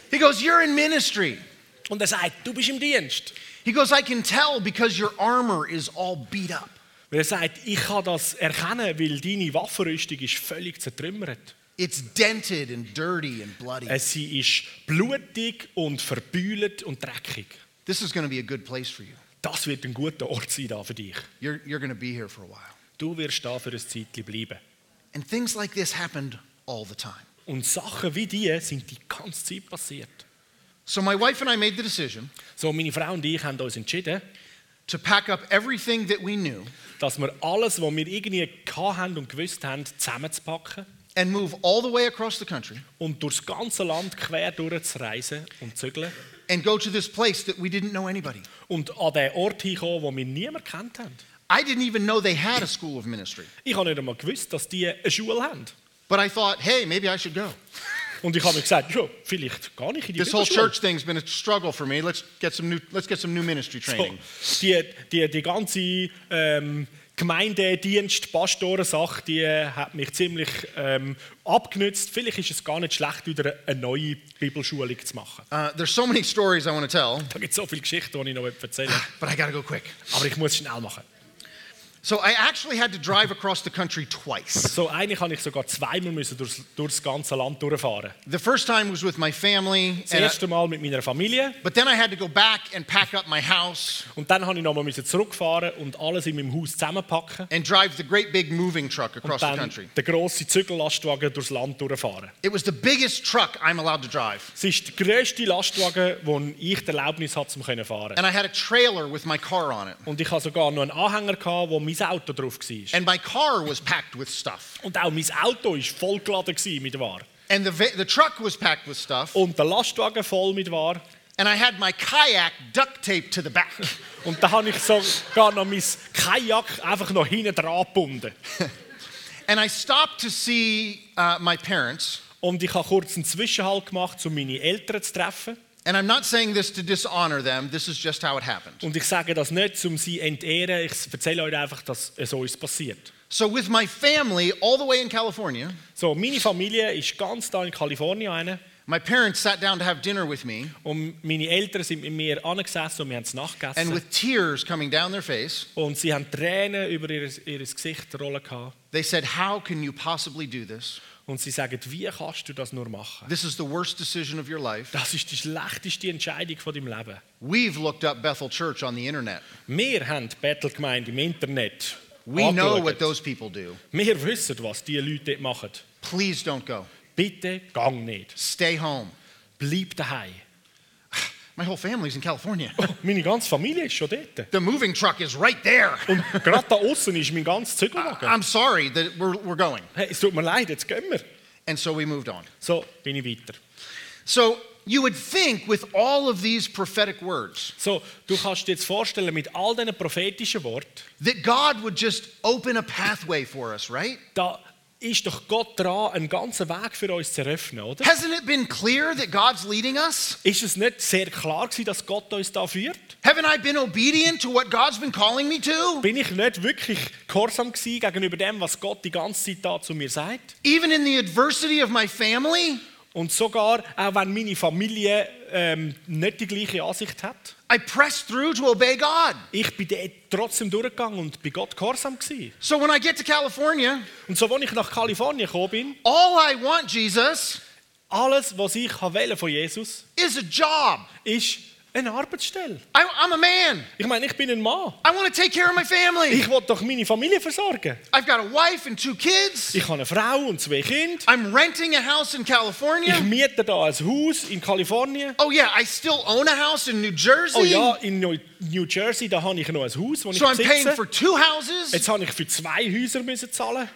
S1: (laughs)
S2: he goes, You're in ministry.
S1: Und er sagt, du bist im Dienst.
S2: He goes, I can tell because your armor is all beat up.
S1: Und er sagt, ich kann das erkennen, weil deine Waffenrüstung ist völlig zertrümmert.
S2: It's dented and dirty and bloody.
S1: Äh, Sie ist blutig und verbeulet und dreckig.
S2: This is going to be a good place for you.
S1: Das wird ein guter Ort sein da für dich.
S2: You're, you're going to be here for a while.
S1: Du wirst da für ein Zeitchen bleiben.
S2: And things like this happened all the time.
S1: Und Sachen wie die sind die ganze Zeit passiert.
S2: So my wife and I made the decision
S1: So, meine Frau und ich haben uns entschieden,
S2: to pack up everything that we knew
S1: dass wir alles, was wir irgendwie hatten und gewusst haben, zusammenzupacken
S2: and move all the way across the country
S1: und durchs ganze Land quer durchzureisen und zu zügeln
S2: and go to this place that we didn't know anybody.
S1: und an den Ort hinkommen, wo wir niemand kennt haben.
S2: I didn't even know they had a school of ministry.
S1: Ich habe nicht einmal gewusst, dass die eine Schule haben.
S2: But I thought, hey, maybe I should go.
S1: Und ich habe mir gesagt, ja, vielleicht gar nicht in die
S2: This whole
S1: Bibelschule.
S2: church thing's been a struggle for me. Let's get some new, let's get some new ministry training.
S1: So, die, die, die ganze ähm, Gemeindedienst, Pastorensache, die äh, hat mich ziemlich ähm, abgenützt. Vielleicht ist es gar nicht schlecht, wieder eine neue Bibelschulung zu machen.
S2: Uh, there's so many stories I want to tell,
S1: Da gibt es so viele Geschichten, die ich noch erzählen will.
S2: but I got to go quick.
S1: Aber ich muss es schnell machen.
S2: So I actually had to drive across the country twice.
S1: So, eigentlich habe ich sogar zweimal müssen durchs, durchs ganze Land durchfahren.
S2: The first time was with my family,
S1: Das
S2: and I-
S1: erste Mal mit meiner Familie
S2: but then I had to go back and pack up my house
S1: und dann habe ich nochmal müssen zurückfahren und alles in meinem Haus zusammenpacken.
S2: and drive the great big moving truck across the
S1: Dann
S2: country.
S1: den grossen Zügellastwagen durchs Land durchfahren.
S2: It was the biggest truck I'm allowed to drive,
S1: Es ist der grösste Lastwagen, den ich die Erlaubnis hatte, um zu fahren.
S2: and I had a trailer with my car on it,
S1: Und ich hatte sogar noch einen Anhänger, gehabt, wo mein Auto drauf war.
S2: and my car was packed with stuff,
S1: Und auch mein Auto war vollgeladen gewesen mit Ware.
S2: and the va- the truck was packed with stuff,
S1: Und der Lastwagen voll mit Ware.
S2: and I had my kayak duct taped to the back.
S1: Und da habe ich sogar noch mein Kajak einfach noch hinten dran gebunden.
S2: And I stopped to see uh, my parents,
S1: Und ich habe kurz einen Zwischenhalt gemacht, um meine Eltern zu treffen.
S2: and I'm not saying this to dishonor them. This is just how it happened.
S1: Und ich sage das nicht, um sie zu entehren. Ich erzähle euch einfach, dass es uns passiert.
S2: So with my family all the way in California,
S1: So, meine Familie ist ganz da in Kalifornien. Eine.
S2: my parents sat down to have dinner with me,
S1: Und meine Eltern sind mit mir angesessen und wir haben es nachgegessen.
S2: and with tears coming down their face,
S1: und sie haben Tränen über ihr, ihr Gesicht rollen gehabt.
S2: they said, "How can you possibly do this?
S1: Und sie sagen, wie kannst du das nur machen?
S2: This is the worst decision of your life."
S1: Das ist die schlechteste Entscheidung von deinem Leben.
S2: We've looked up Bethel Church on the internet.
S1: Wir haben die Battle-Gemeinde im Internet
S2: We know what
S1: angeschaut.
S2: those people do.
S1: Wir wissen, was diese Leute dort machen.
S2: Please don't go.
S1: Bitte, gang nicht.
S2: Stay home.
S1: Bleib daheim.
S2: My whole family's in California. (laughs)
S1: Meine ganze Familie ist schon dort.
S2: The moving truck is right there.
S1: Und gerade da außen ist mein ganzes Zügelwagen.
S2: I'm sorry that we're, we're going.
S1: Hey, es tut mir leid, jetzt gehen wir.
S2: And so we moved on.
S1: So, bin ich weiter.
S2: So you would think with all of these prophetic words
S1: So, du kannst dir jetzt vorstellen, mit all diesen prophetischen Worten,
S2: that God would just open a pathway for us, right?
S1: da ist doch Gott dran, einen ganzen Weg für uns zu eröffnen, oder?
S2: Hasn't it been clear that God's leading us?
S1: Ist es nicht sehr klar gewesen, dass Gott uns da führt?
S2: Haven't I been obedient to what God's been calling me to?
S1: Bin ich nicht wirklich gehorsam gewesen gegenüber dem, was Gott die ganze Zeit da zu mir sagt?
S2: Even in the adversity of my family,
S1: Und sogar, auch wenn meine Familie ähm, nicht die gleiche Ansicht hat,
S2: I pressed through to obey God.
S1: ich bin dort trotzdem durchgegangen und bei Gott gehorsam gewesen.
S2: So when I get to California,
S1: Und so, als ich nach Kalifornien gekommen bin,
S2: all I want, Jesus,
S1: alles, was ich wollte von Jesus,
S2: is a job.
S1: ist eine Arbeitsstelle.
S2: I, I'm a man.
S1: Ich meine, ich bin ein Mann.
S2: I want to take care of my family.
S1: Ich will doch meine Familie versorgen.
S2: I've got a wife and two kids.
S1: Ich habe eine Frau und zwei Kinder.
S2: I'm renting a house in
S1: Ich
S2: California.
S1: miete da ein Haus in Kalifornien.
S2: Oh, yeah, I still own a house in New Jersey.
S1: Oh ja, in Neu- New Jersey, da habe ich noch ein Haus, das
S2: So I'm
S1: ich
S2: paying
S1: besitze.
S2: for two houses.
S1: Jetzt habe ich für zwei Häuser müssen zahlen.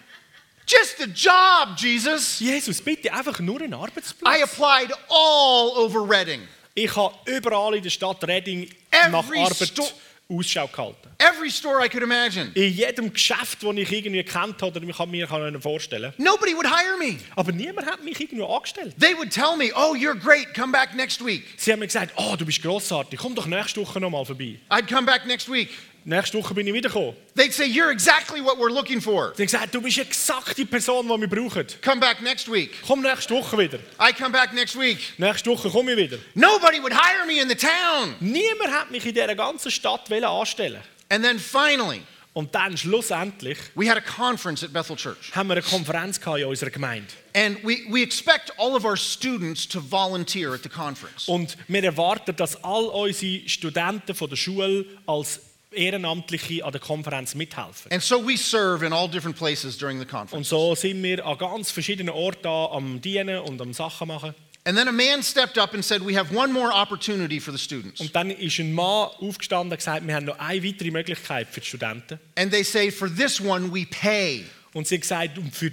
S2: Just a job, Jesus.
S1: Jesus, bitte, einfach nur einen
S2: I
S1: Arbeitsplatz.
S2: applied all over Reading.
S1: Ich habe überall in der Stadt Reading
S2: Every
S1: nach Arbeit
S2: sto-
S1: Ausschau gehalten.
S2: Every store I could imagine.
S1: In jedem Geschäft, das ich irgendwie kennt habe oder mich mir kann vorstellen
S2: Nobody would hire me.
S1: Aber niemand hat mich irgendwo angestellt.
S2: They would tell me, oh, you're great, come back next week.
S1: Sie haben mir gesagt, oh, du bist grossartig, komm doch nächste Woche nochmal vorbei.
S2: I'd come back next week.
S1: Nächste Woche bin ich wiedergekommen.
S2: They'd say, you're exactly what we're looking for.
S1: Sie haben gesagt, du bist exakt die Person, die wir brauchen.
S2: Come back next week.
S1: Komm nächste Woche wieder.
S2: I come back next week.
S1: Nächste Woche komme ich wieder.
S2: Nobody would hire me in the town.
S1: Niemand hat mich in dieser ganzen Stadt wollen anstellen.
S2: And then finally,
S1: Und dann schlussendlich
S2: we had a conference at Bethel Church.
S1: haben wir eine Konferenz gehabt in unserer Gemeinde.
S2: And we, we expect all of our students to volunteer at the conference.
S1: Und wir erwarten, dass all unsere Studenten von der Schule als Ehrenamtliche an der Konferenz mithelfen.
S2: And so we serve in all different places during the conference.
S1: Und so sind wir an ganz verschiedenen Orten am Dienen und am Sachen machen.
S2: And then a man stepped up and said, We have one more opportunity for the students.
S1: Und dann ist ein Mann aufgestanden und gesagt, wir haben noch eine weitere Möglichkeit für die Studenten.
S2: And they say, For this one, we pay.
S1: Und sie haben gesagt, und für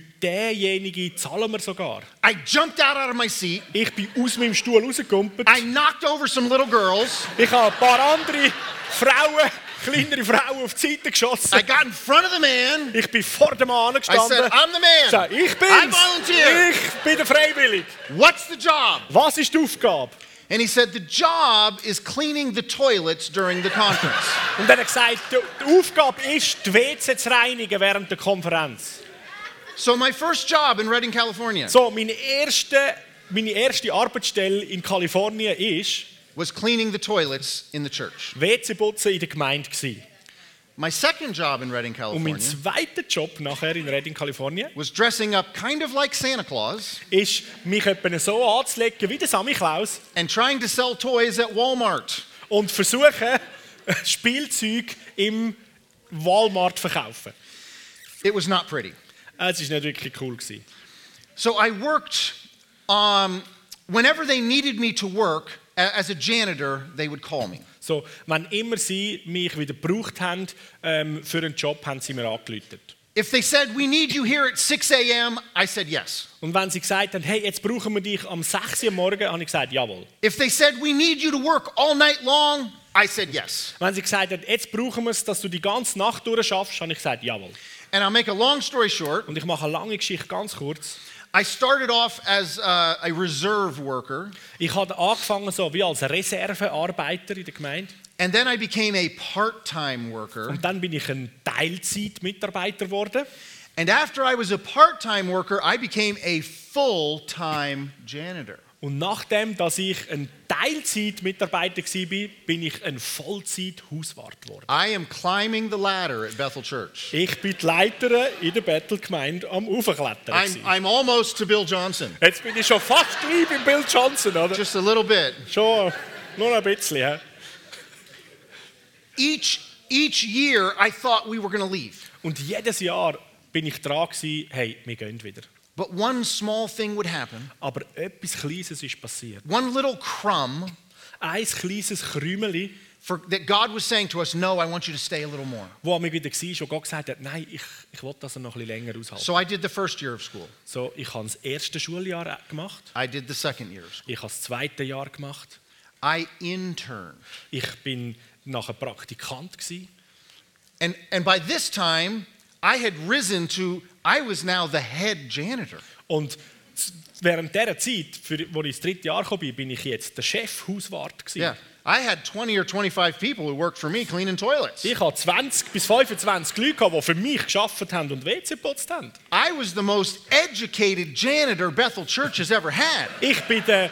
S1: denjenigen zahlen wir sogar.
S2: I jumped out, out of my seat.
S1: Ich bin aus meinem Stuhl rausgekumpelt.
S2: I knocked over some little girls.
S1: Ich habe ein paar andere Frauen kleinere Frauen auf die Seite geschossen.
S2: I got in front of the man.
S1: Ich bin vor dem Mann
S2: I
S1: gestanden.
S2: said, I'm the man.
S1: Sag, ich bin's.
S2: I volunteer.
S1: Ich bin der Freiwillig.
S2: What's the job?
S1: Was ist die Aufgabe?
S2: And he said, The job is cleaning the toilets during the conference.
S1: Und er hat gesagt, die die Aufgabe ist, die WC zu reinigen während der Konferenz.
S2: So, my first job in Redding, California
S1: So, meine erste, meine erste Arbeitsstelle in Kalifornien ist
S2: was cleaning the toilets in the church.
S1: WC-Putzen in der Gemeinde. Gewesen.
S2: My second job in Redding,
S1: Und mein (laughs)
S2: California
S1: zweiter Job nachher in Redding, Kalifornien,
S2: was dressing up kind of like Santa Claus
S1: ist, mich etwa so anzulegen wie der Sammy Klaus
S2: and trying to sell toys at Walmart.
S1: und versuchen, (laughs) Spielzeug im Walmart zu verkaufen.
S2: It was not pretty.
S1: Es war nicht wirklich cool. Gewesen.
S2: So, I worked um, whenever they needed me to work a- as a janitor, they would call me.
S1: So, wenn immer sie mich wieder gebraucht haben ähm, für einen Job, haben sie mir angerufen.
S2: If they said, We need you here at 6 a.m., I said yes.
S1: Und wenn sie gesagt haben, hey, jetzt brauchen wir dich am 6 Uhr morgen, habe ich gesagt, jawohl.
S2: If they said, We need you to work all night long, I said yes.
S1: Wenn sie gesagt haben, jetzt brauchen wir es, dass du die ganze Nacht durchschaffst, habe ich gesagt, jawohl.
S2: And I'll make a long story short.
S1: Und ich mache eine lange Geschichte ganz kurz.
S2: I started off as uh, a reserve worker,
S1: Ich habe angefangen so wie als Reservearbeiter in der Gemeinde.
S2: and then I became a part time worker.
S1: Und dann bin ich ein Teilzeitmitarbeiter geworden.
S2: And after I was a part time worker, I became a full time janitor.
S1: Und nachdem, dass ich ein Teilzeitmitarbeiter war, bin ich ein Vollzeit-Hauswart geworden.
S2: I am climbing the ladder at Bethel Church.
S1: Ich bin die Leiterin in der Battle-Gemeinde am Aufklettern.
S2: I'm,
S1: gewesen.
S2: I'm almost to Bill Johnson,
S1: Jetzt bin ich schon fast gleich beim Bill Johnson, oder?
S2: just a little bit.
S1: Schon, nur ein bisschen. hä?
S2: Each, each year, I thought we were going to leave,
S1: Und jedes Jahr bin ich dran, gewesen, hey, wir gehen wieder.
S2: but one small thing would happen.
S1: Aber etwas Kleines ist passiert.
S2: One little crumb
S1: Ein kleines Krümeli,
S2: for, that God was saying to us, No, I want you to stay a little more.
S1: wo an mir wieder war, schon Gott gesagt hat, nein, ich, ich will, dass er noch ein bisschen länger aushält. So,
S2: So I did the first year of school,
S1: ich habe das erste Schuljahr gemacht,
S2: I did the second year of school.
S1: ich habe das zweite Jahr gemacht,
S2: I interned.
S1: ich bin nachher Praktikant gewesen.
S2: And, and by this time, I had risen to, I was now the head janitor.
S1: und z- während dieser Zeit, für, wo ich ins dritte Jahr gekommen bin, bin ich jetzt der Chef-Hauswart gewesen.
S2: Yeah. I had 20 or 25 people who worked for me cleaning toilets.
S1: Ich hatte 20 bis 25 Leute, gehabt, die für mich geschafft haben und WC geputzt haben.
S2: I was the most educated janitor Bethel Church has ever had.
S1: Ich bin der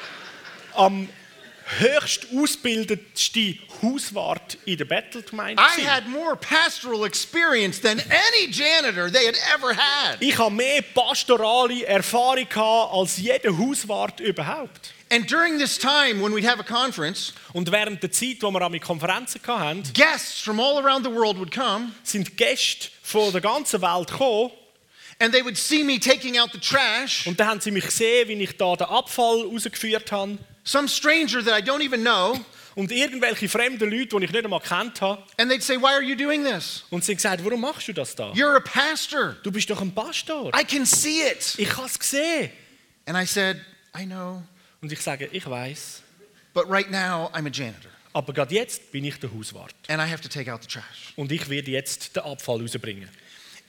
S1: am höchst ausgebildetste Hauswart in der Battle-Gemeinde.
S2: I
S1: gewesen.
S2: had more pastoral experience than any janitor they had ever had.
S1: Ich habe mehr pastorale Erfahrung gehabt als jeder Hauswart überhaupt.
S2: And during this time, when we'd have a conference,
S1: Und während der Zeit, wo wir an Konferenzen hatten,
S2: guests from all around the world would come
S1: sind Gäste von der ganzen Welt gekommen.
S2: and they would see me taking out the trash.
S1: Und dann haben sie mich gesehen, wie ich da den Abfall rausgeführt habe.
S2: Some stranger that I don't even know.
S1: Und irgendwelche fremden Leute, die ich nicht einmal kennt habe.
S2: And they'd say, Why are you doing this?
S1: Und sie haben gesagt, warum machst du das da?
S2: You're a pastor.
S1: Du bist doch ein Pastor.
S2: I can see it.
S1: Ich habe es gesehen.
S2: And I said, I know,
S1: Und ich sage, ich weiß.
S2: but right now I'm a janitor
S1: Aber gerade jetzt bin ich der Hauswart.
S2: and I have to take out the trash.
S1: Und ich werde jetzt den Abfall rausbringen.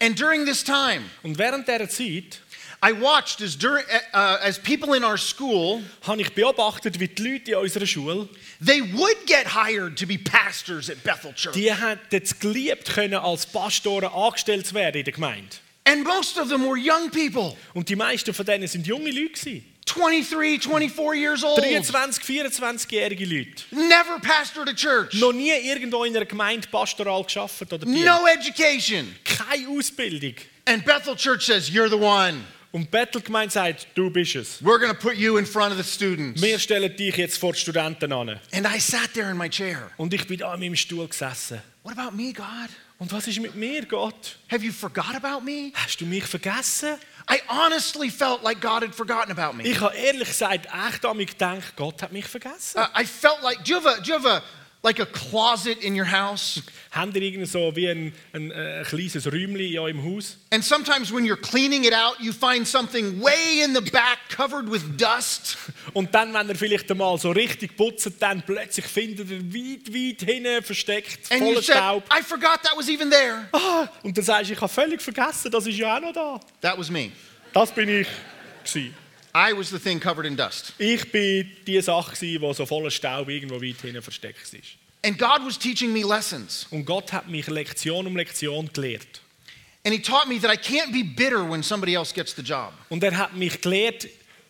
S2: And during this time,
S1: Und während dieser Zeit
S2: I watched as, dur- uh, as people in our school,
S1: habe ich beobachtet, wie die Leute in unserer Schule,
S2: they would get hired to be pastors at Bethel Church.
S1: die hätten es geliebt können, als Pastoren angestellt zu werden in der Gemeinde.
S2: And most of them were young people,
S1: Und die meisten von denen sind junge Leute. gewesen.
S2: 23, 24 years old,
S1: 23, 24-jährige Leute.
S2: never pastored a church,
S1: Noch nie irgendwo in einer Gemeinde pastoral geschafft oder Bier.
S2: no education.
S1: Keine Ausbildung.
S2: And Bethel Church says, You're the one.
S1: Und die Bettelgemeinde sagt, du bist es.
S2: We're going to put you in front of the students.
S1: Wir stellen dich jetzt vor die Studenten an.
S2: And I sat there in my chair.
S1: Und ich bin da an meinem Stuhl gesessen.
S2: What about me, God?
S1: Und was ist mit mir, Gott?
S2: Have you forgot about me?
S1: Hast du mich vergessen?
S2: I honestly felt like God had forgotten about me.
S1: Ich habe ehrlich gesagt echt an mich gedacht, Gott hat mich vergessen.
S2: Uh, I felt like, do you have, a, do you have a, like a closet in your house.
S1: Habt ihr irgendwie so wie ein, ein, äh, kleines Räumchen ja im Haus?
S2: And sometimes when you're cleaning it out, you find something way in the back covered with dust.
S1: Und dann, wenn ihr vielleicht einmal so richtig putzt, dann plötzlich findet ihr weit, weit hinten versteckt,
S2: And
S1: voller
S2: you said,
S1: Staub.
S2: I forgot that was even there.
S1: Ah, und dann sagst du, ich habe völlig vergessen, das ist ja auch noch da.
S2: That was me.
S1: Das bin ich. Gewesen.
S2: I was the thing covered in dust.
S1: Ich bin die Sache, gewesen, die so voller Staub irgendwo weit hinten versteckt ist.
S2: And God was teaching me lessons.
S1: Und Gott hat mich Lektion um Lektion gelehrt.
S2: And He taught me that I can't be bitter when somebody else gets the job.
S1: Und er hat mich gelehrt,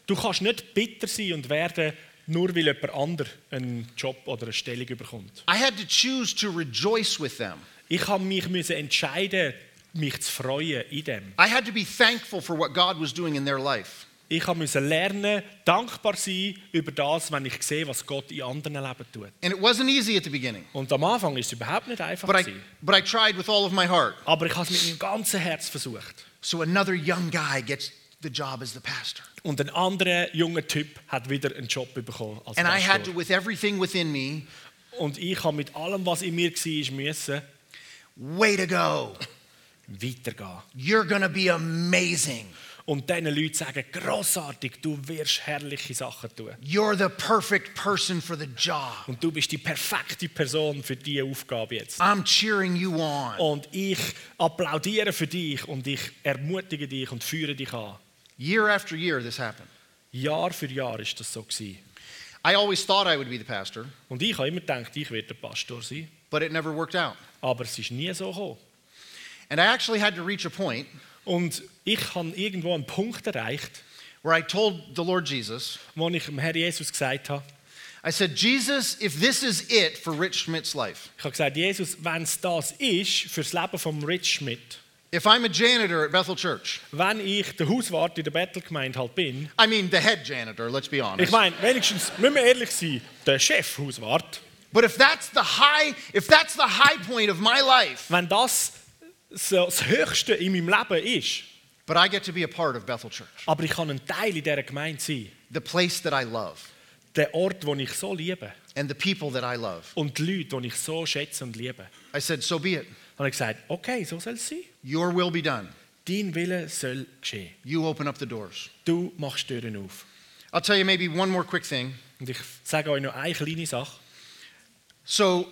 S1: du kannst nicht bitter sein und werden, nur weil jemand anderer einen Job oder eine Stellung bekommt.
S2: I had to choose to rejoice with them.
S1: Ich habe mich müssen entscheiden, mich zu freuen in dem.
S2: I had to be thankful for what God was doing in their life.
S1: Ich habe müssen lernen, dankbar sein über das, wenn ich sehe, was Gott in anderen Leben tut.
S2: And it wasn't easy at the beginning,
S1: Und am Anfang ist es überhaupt nicht einfach.
S2: but I,
S1: gewesen.
S2: but I tried with all of my heart.
S1: Aber ich habe es mit meinem ganzen Herz versucht.
S2: So another young guy gets the job as the pastor.
S1: Und ein anderer junger Typ hat wieder einen Job bekommen als
S2: And I had to,
S1: Pastor.
S2: with everything within me,
S1: Und ich habe mit allem, was in mir war, müssen
S2: way to go.
S1: weitergehen.
S2: You're going to be amazing.
S1: Und diesen Leuten sagen, grossartig, du wirst herrliche Sachen tun.
S2: You're the perfect person for the job.
S1: Und du bist die perfekte Person für diese Aufgabe jetzt.
S2: I'm cheering you on.
S1: Und ich applaudiere für dich und ich ermutige dich und führe dich an.
S2: Year after year, this happened.
S1: Jahr für Jahr ist das so. Gewesen.
S2: I always thought I would be the pastor,
S1: Und ich habe immer gedacht, ich werde der Pastor sein.
S2: but it never worked out.
S1: Aber es ist nie so gekommen.
S2: And I actually had to reach a point
S1: Und ich habe irgendwo einen Punkt erreicht,
S2: where I told the Lord Jesus,
S1: wo ich dem Herr Jesus gesagt habe,
S2: I said, Jesus, if this is it for Rich Schmidt's life,
S1: ich habe gesagt, Jesus, wenn es das ist für das Leben von Rich Schmidt,
S2: if I'm a janitor at Bethel Church,
S1: wenn ich der Hauswart in der Bettelgemeinde halt bin,
S2: I mean the head janitor, let's be
S1: Ich
S2: honest.
S1: meine, wenigstens, müssen wir ehrlich sein, der Chefhauswart,
S2: But if that's the high, if that's the high point of my life,
S1: wenn das so das Höchste in meinem Leben ist,
S2: but I get to be a part of Bethel Church,
S1: aber ich kann ein Teil in dieser Gemeinde sein,
S2: the place that I love
S1: der Ort, den ich so liebe
S2: and the people that I love.
S1: und die Leute, die ich so schätze und liebe,
S2: I said, so be it.
S1: habe ich gesagt, okay, so soll es sein.
S2: Your will be done.
S1: Dein Wille soll geschehen.
S2: You open up the doors.
S1: Du machst die Türen auf.
S2: I'll tell you maybe one more quick thing.
S1: Und ich sage euch noch eine kleine Sache.
S2: So,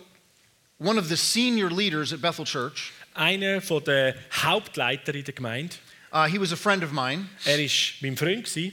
S2: one of the senior leaders at Bethel Church,
S1: Einer von der Hauptleiter in der Gemeinde,
S2: uh, he was a friend of mine,
S1: er war mein Freund gewesen,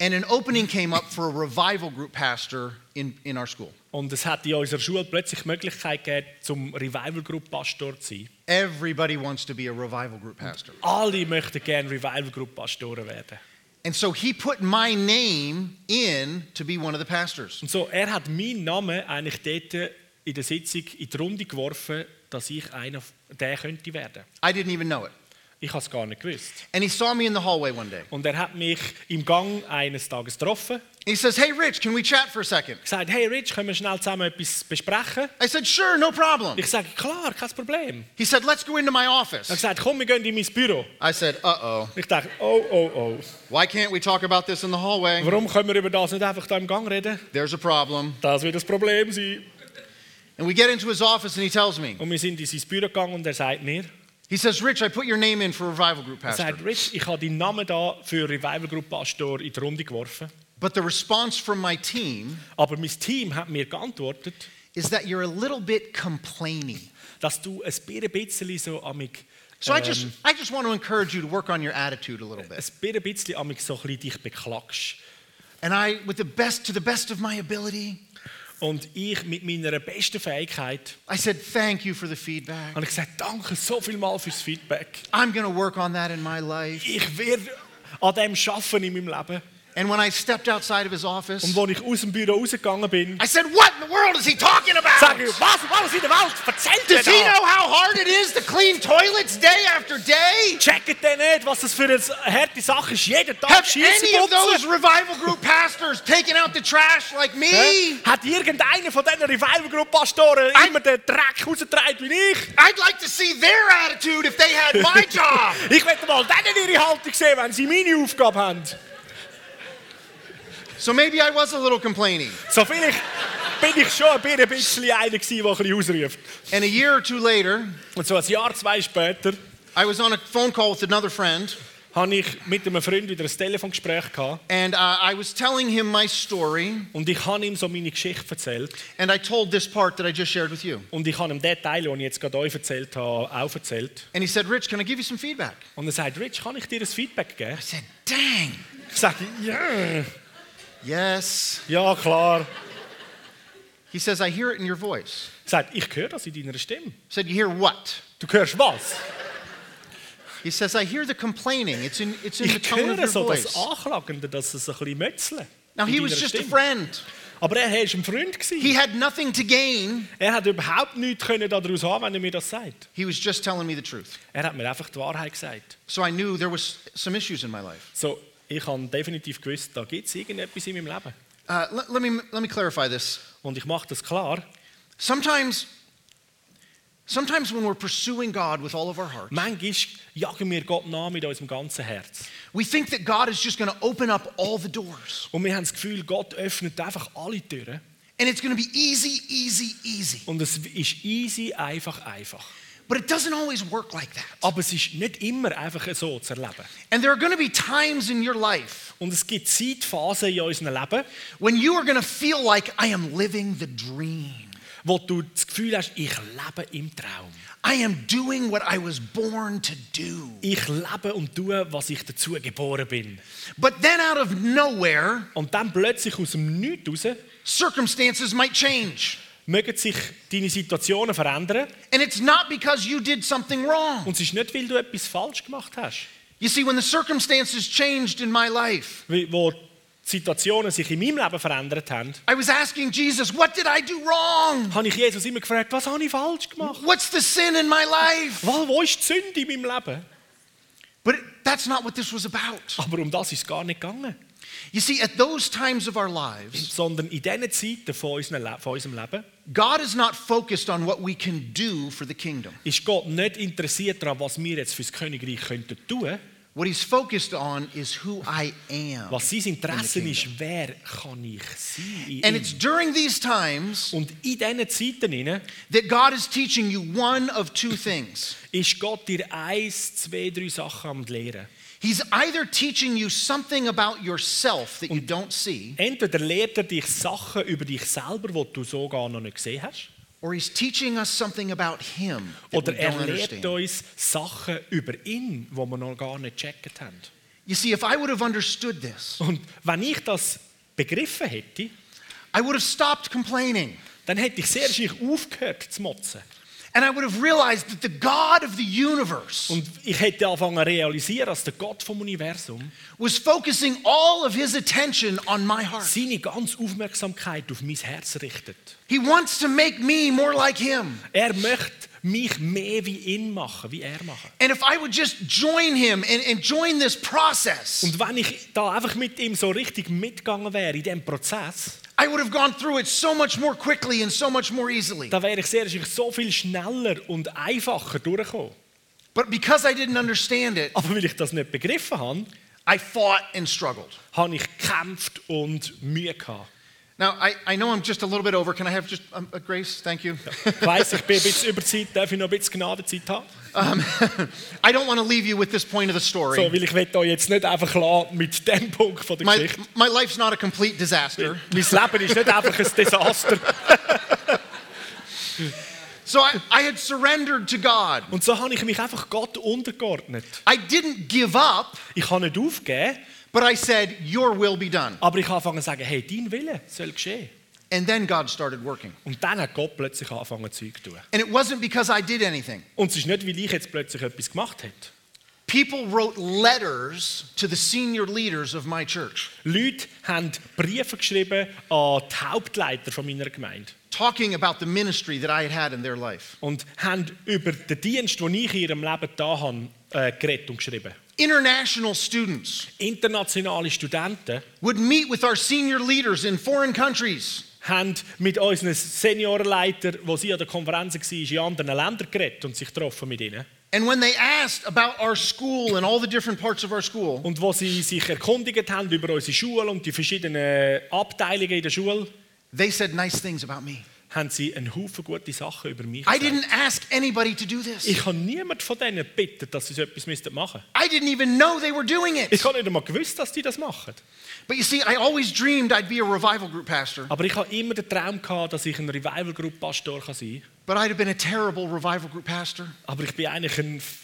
S2: and an opening came up for a revival group pastor in, in our school.
S1: und es hat in unserer Schule plötzlich die Möglichkeit gegeben, zum Revival Group Pastor zu sein.
S2: Everybody wants to be a revival group pastor.
S1: Alle möchten gerne Revival Group Pastoren werden.
S2: And so he put my name in to be one of the pastors.
S1: Und so, er hat meinen Namen eigentlich dort in der Sitzung in die Runde geworfen, dass ich einer der könnte werden.
S2: I didn't even know it.
S1: Ich habe es gar nicht gewusst.
S2: And he saw me in the hallway one day.
S1: Und er hat mich im Gang eines Tages getroffen,
S2: He says, Hey, Rich, can we chat for a second?
S1: gesagt, hey Rich, können wir schnell zusammen etwas besprechen?
S2: I said, Sure, no problem.
S1: Ich sage, klar, kein Problem.
S2: He said, Let's go into my
S1: Er hat
S2: office.
S1: gesagt, komm, wir gehen in mein Büro.
S2: I said, Uh oh.
S1: Ich dachte, oh, oh, oh,
S2: Why can't we talk about this in the hallway?
S1: warum können wir über das nicht einfach da im Gang reden?
S2: There's a problem.
S1: Das wird das Problem sein.
S2: And we get into his office and he tells me,
S1: Und wir sind in sein Büro gegangen und er sagt mir,
S2: He says, Rich, I put your name in for revival group
S1: Er
S2: pastor.
S1: sagt, Rich, ich habe deinen Namen da für Revival Group Pastor in die Runde geworfen.
S2: But the response from my team
S1: Aber mein Team hat mir geantwortet,
S2: is that you're a little bit complaining.
S1: dass du ein bi- bisschen so amig, äh,
S2: So I just I just want to encourage you to work on your attitude a little
S1: ein
S2: bit.
S1: bi- bisschen amig so ein bisschen dich beklagst.
S2: And I with the best to the best of my ability,
S1: Und ich mit meiner besten Fähigkeit
S2: I said thank you for the feedback.
S1: habe ich gesagt, danke so viel mal fürs Feedback.
S2: I'm going to work on that in my life.
S1: Ich werde an dem arbeiten in meinem Leben.
S2: And when I stepped outside of his
S1: Und
S2: office,
S1: als ich aus dem Büro rausgegangen bin,
S2: I said, "What in the world is he talking about?
S1: sage ich, was, was in der Welt, erzählt ihr
S2: Does he
S1: da?
S2: know how hard it is to clean toilets day after day?"
S1: Checkt ihr nicht, was das für eine harte Sache ist? Jeden Tag
S2: Have
S1: Scheisse
S2: any of
S1: putzen?
S2: those revival (laughs) group pastors taken out the trash like me?
S1: Hä? Hat irgendeiner von diesen Revival Group Pastoren immer den Dreck rausgetragen wie ich?
S2: I'd like to see their attitude if they had (laughs) my job.
S1: Ich möchte mal denen ihre Haltung sehen, wenn sie meine Aufgabe haben.
S2: So maybe I was a little complaining.
S1: So vielleicht, bin ich schon ein bisschen- ein bisschen einer, gewesen, der ein bisschen ausruft.
S2: And a year or two later,
S1: Und so ein Jahr, zwei später,
S2: I was on a phone call with another friend,
S1: hatte ich mit einem Freund wieder ein Telefongespräch. Gehabt.
S2: and uh, I was telling him my story,
S1: Und ich habe ihm so meine Geschichte erzählt.
S2: and I told this part that I just shared with you.
S1: Und ich habe ihm den Teil, den ich jetzt gerade euch erzählt habe, auch erzählt.
S2: And he said, Rich, can I give you some feedback?
S1: Und er sagt, Rich, kann ich dir ein Feedback geben?
S2: I said, dang.
S1: Ich sage, ja,
S2: Yes.
S1: ja klar.
S2: He says, I hear it in your voice.
S1: Er sagt, ich höre das in deiner Stimme.
S2: I said, You hear what?
S1: Du hörst was?
S2: He says, I hear the complaining. It's in, it's in the
S1: Ich
S2: tone
S1: höre
S2: of your
S1: so das
S2: voice.
S1: Anklagende, dass es ein bisschen mötzeln.
S2: Now,
S1: in
S2: he was
S1: deiner
S2: just a
S1: Stimme.
S2: friend.
S1: Aber er war ein Freund. gewesen.
S2: He had nothing to gain.
S1: Er hat überhaupt nichts können daraus haben, wenn er mir das sagt.
S2: He was just telling me the truth.
S1: Er hat mir einfach die Wahrheit gesagt.
S2: So I knew there was some issues in my life.
S1: So, ich habe definitiv gewusst, da gibt es irgendetwas in meinem Leben.
S2: Uh, let, let, me, let me clarify this.
S1: Und ich mache das klar.
S2: Sometimes, sometimes when we're pursuing God with all of our heart,
S1: Manchmal jagen wir Gott nach mit unserem ganzen Herz.
S2: we think that God is just going to open up all the doors.
S1: Und wir haben das Gefühl, Gott öffnet einfach alle Türen.
S2: And it's going to be easy, easy, easy.
S1: Und es ist easy, einfach, einfach.
S2: But it doesn't always work like that.
S1: Aber es ist nicht immer einfach so zu erleben.
S2: And there are going to be times in your life
S1: Und es gibt Zeitphasen in unserem Leben,
S2: when you are going to feel like I am living the dream.
S1: wo du das Gefühl hast, ich lebe im Traum.
S2: I am doing what I was born to do.
S1: Ich lebe und tue, was ich dazu geboren bin.
S2: But then out of nowhere,
S1: Und dann plötzlich aus dem Nichts raus
S2: circumstances might change.
S1: mögen sich deine Situationen verändern.
S2: And it's not because you did something wrong.
S1: Und es ist nicht, weil du etwas falsch gemacht hast.
S2: You see, when the circumstances changed in my life,
S1: Weil- Wo die Situationen sich in meinem Leben verändert haben,
S2: I was asking Jesus, What did I do wrong?
S1: habe ich Jesus immer gefragt, was habe ich falsch gemacht?
S2: What's the sin in my life?
S1: Wo, wo ist die Sünde in meinem Leben?
S2: But it, that's not what this was about.
S1: Aber um das ist es gar nicht gegangen.
S2: You see, at those times of our lives,
S1: Sondern in diesen Zeiten von, unseren Le- von unserem Leben
S2: God is not focused on what we can do for the kingdom.
S1: ist Gott nicht interessiert daran, was wir jetzt für das Königreich könnten tun.
S2: What He's focused on is who I am.
S1: Was sein Interesse
S2: In the
S1: ist, wer kann ich sein? in
S2: And
S1: ihm?
S2: it's during these times
S1: Und in diesen Zeiten hinein
S2: that God is teaching you one of two things.
S1: ist Gott dir eins, zwei, drei Sachen am Lehren.
S2: He's either teaching you something about yourself that you don't see,
S1: Entweder lehrt er dich Sachen über dich selber, die du so gar noch nicht gesehen hast,
S2: or he's teaching us something about him that
S1: oder
S2: we don't
S1: er lehrt
S2: understand.
S1: uns Sachen über ihn, die wir noch gar nicht gecheckt haben.
S2: You see, if I would have understood this,
S1: Und wenn ich das begriffen hätte,
S2: I would have stopped complaining.
S1: dann hätte ich sehr wahrscheinlich aufgehört zu motzen.
S2: And I would have realized that the God of the universe
S1: Und ich hätte angefangen zu realisieren, dass der Gott vom Universum
S2: was focusing all of his attention on my heart.
S1: seine ganze Aufmerksamkeit auf mein Herz richtet.
S2: He wants to make me more like him.
S1: Er möchte mich mehr wie ihn machen, wie er machen.
S2: And if I would just join him and, and join this process,
S1: Und wenn ich da einfach mit ihm so richtig mitgegangen wäre in diesem Prozess,
S2: I would have gone through it so much more quickly and so much more easily.
S1: dann wäre ich sehr wahrscheinlich so viel schneller und einfacher durchgekommen.
S2: But because I didn't understand it,
S1: Aber weil ich das nicht begriffen habe,
S2: I fought and struggled.
S1: habe ich gekämpft und Mühe gehabt.
S2: Now, I, I know I'm just a little bit over. Can I have just um, a grace? Thank you.
S1: Ich weiss,
S2: (laughs)
S1: ich bin ein bisschen über Zeit, darf ich noch ein bisschen Gnadenzeit haben?
S2: Um, I don't want to leave you with this point of the
S1: So,
S2: story.
S1: weil ich will euch jetzt nicht einfach lassen mit dem Punkt von der
S2: My,
S1: Geschichte.
S2: my life's not a complete disaster.
S1: Mein Leben ist nicht einfach ein Desaster.
S2: So I, I had surrendered to God.
S1: Und so habe ich mich einfach Gott untergeordnet.
S2: I didn't give up,
S1: Ich habe nicht aufgegeben,
S2: but I said, Your will be done.
S1: aber ich habe angefangen zu sagen, hey, dein Wille soll geschehen.
S2: And then God started working.
S1: Und dann hat Gott plötzlich angefangen, Zeug zu tun.
S2: And it wasn't because I did anything.
S1: Und es ist nicht, weil ich jetzt plötzlich etwas gemacht hätte.
S2: People wrote letters to the senior leaders of my church
S1: Leute haben Briefe geschrieben an die Hauptleiter von meiner Gemeinde
S2: talking about the ministry that I had had in their life.
S1: und haben über den Dienst, den ich in ihrem Leben da habe, äh, geredet und geschrieben.
S2: International students
S1: Internationale Studenten
S2: would meet with our senior leaders in foreign countries
S1: haben mit unseren Seniorenleitern, wo sie an der Konferenz waren, in anderen Ländern geredet und sich getroffen mit ihnen.
S2: And when they asked about our school and all the different parts of our school,
S1: Und wo sie sich erkundigt haben über unsere Schule und die verschiedenen Abteilungen in der Schule,
S2: They said nice things about me.
S1: haben sie einen Haufen gute Sachen über mich
S2: I
S1: gesagt.
S2: didn't ask anybody to do this.
S1: Ich habe niemand von denen gebeten, dass sie so etwas müssten machen müssten.
S2: I didn't even know they were doing it.
S1: Ich habe nicht einmal gewusst, dass die das machen.
S2: But you see, I always dreamed I'd be a revival group pastor,
S1: Aber ich habe immer den Traum, gehabt, dass ich ein Revival Group Pastor kann sein kann.
S2: but I'd have been a terrible revival group pastor.
S1: Aber ich bin eigentlich ein f-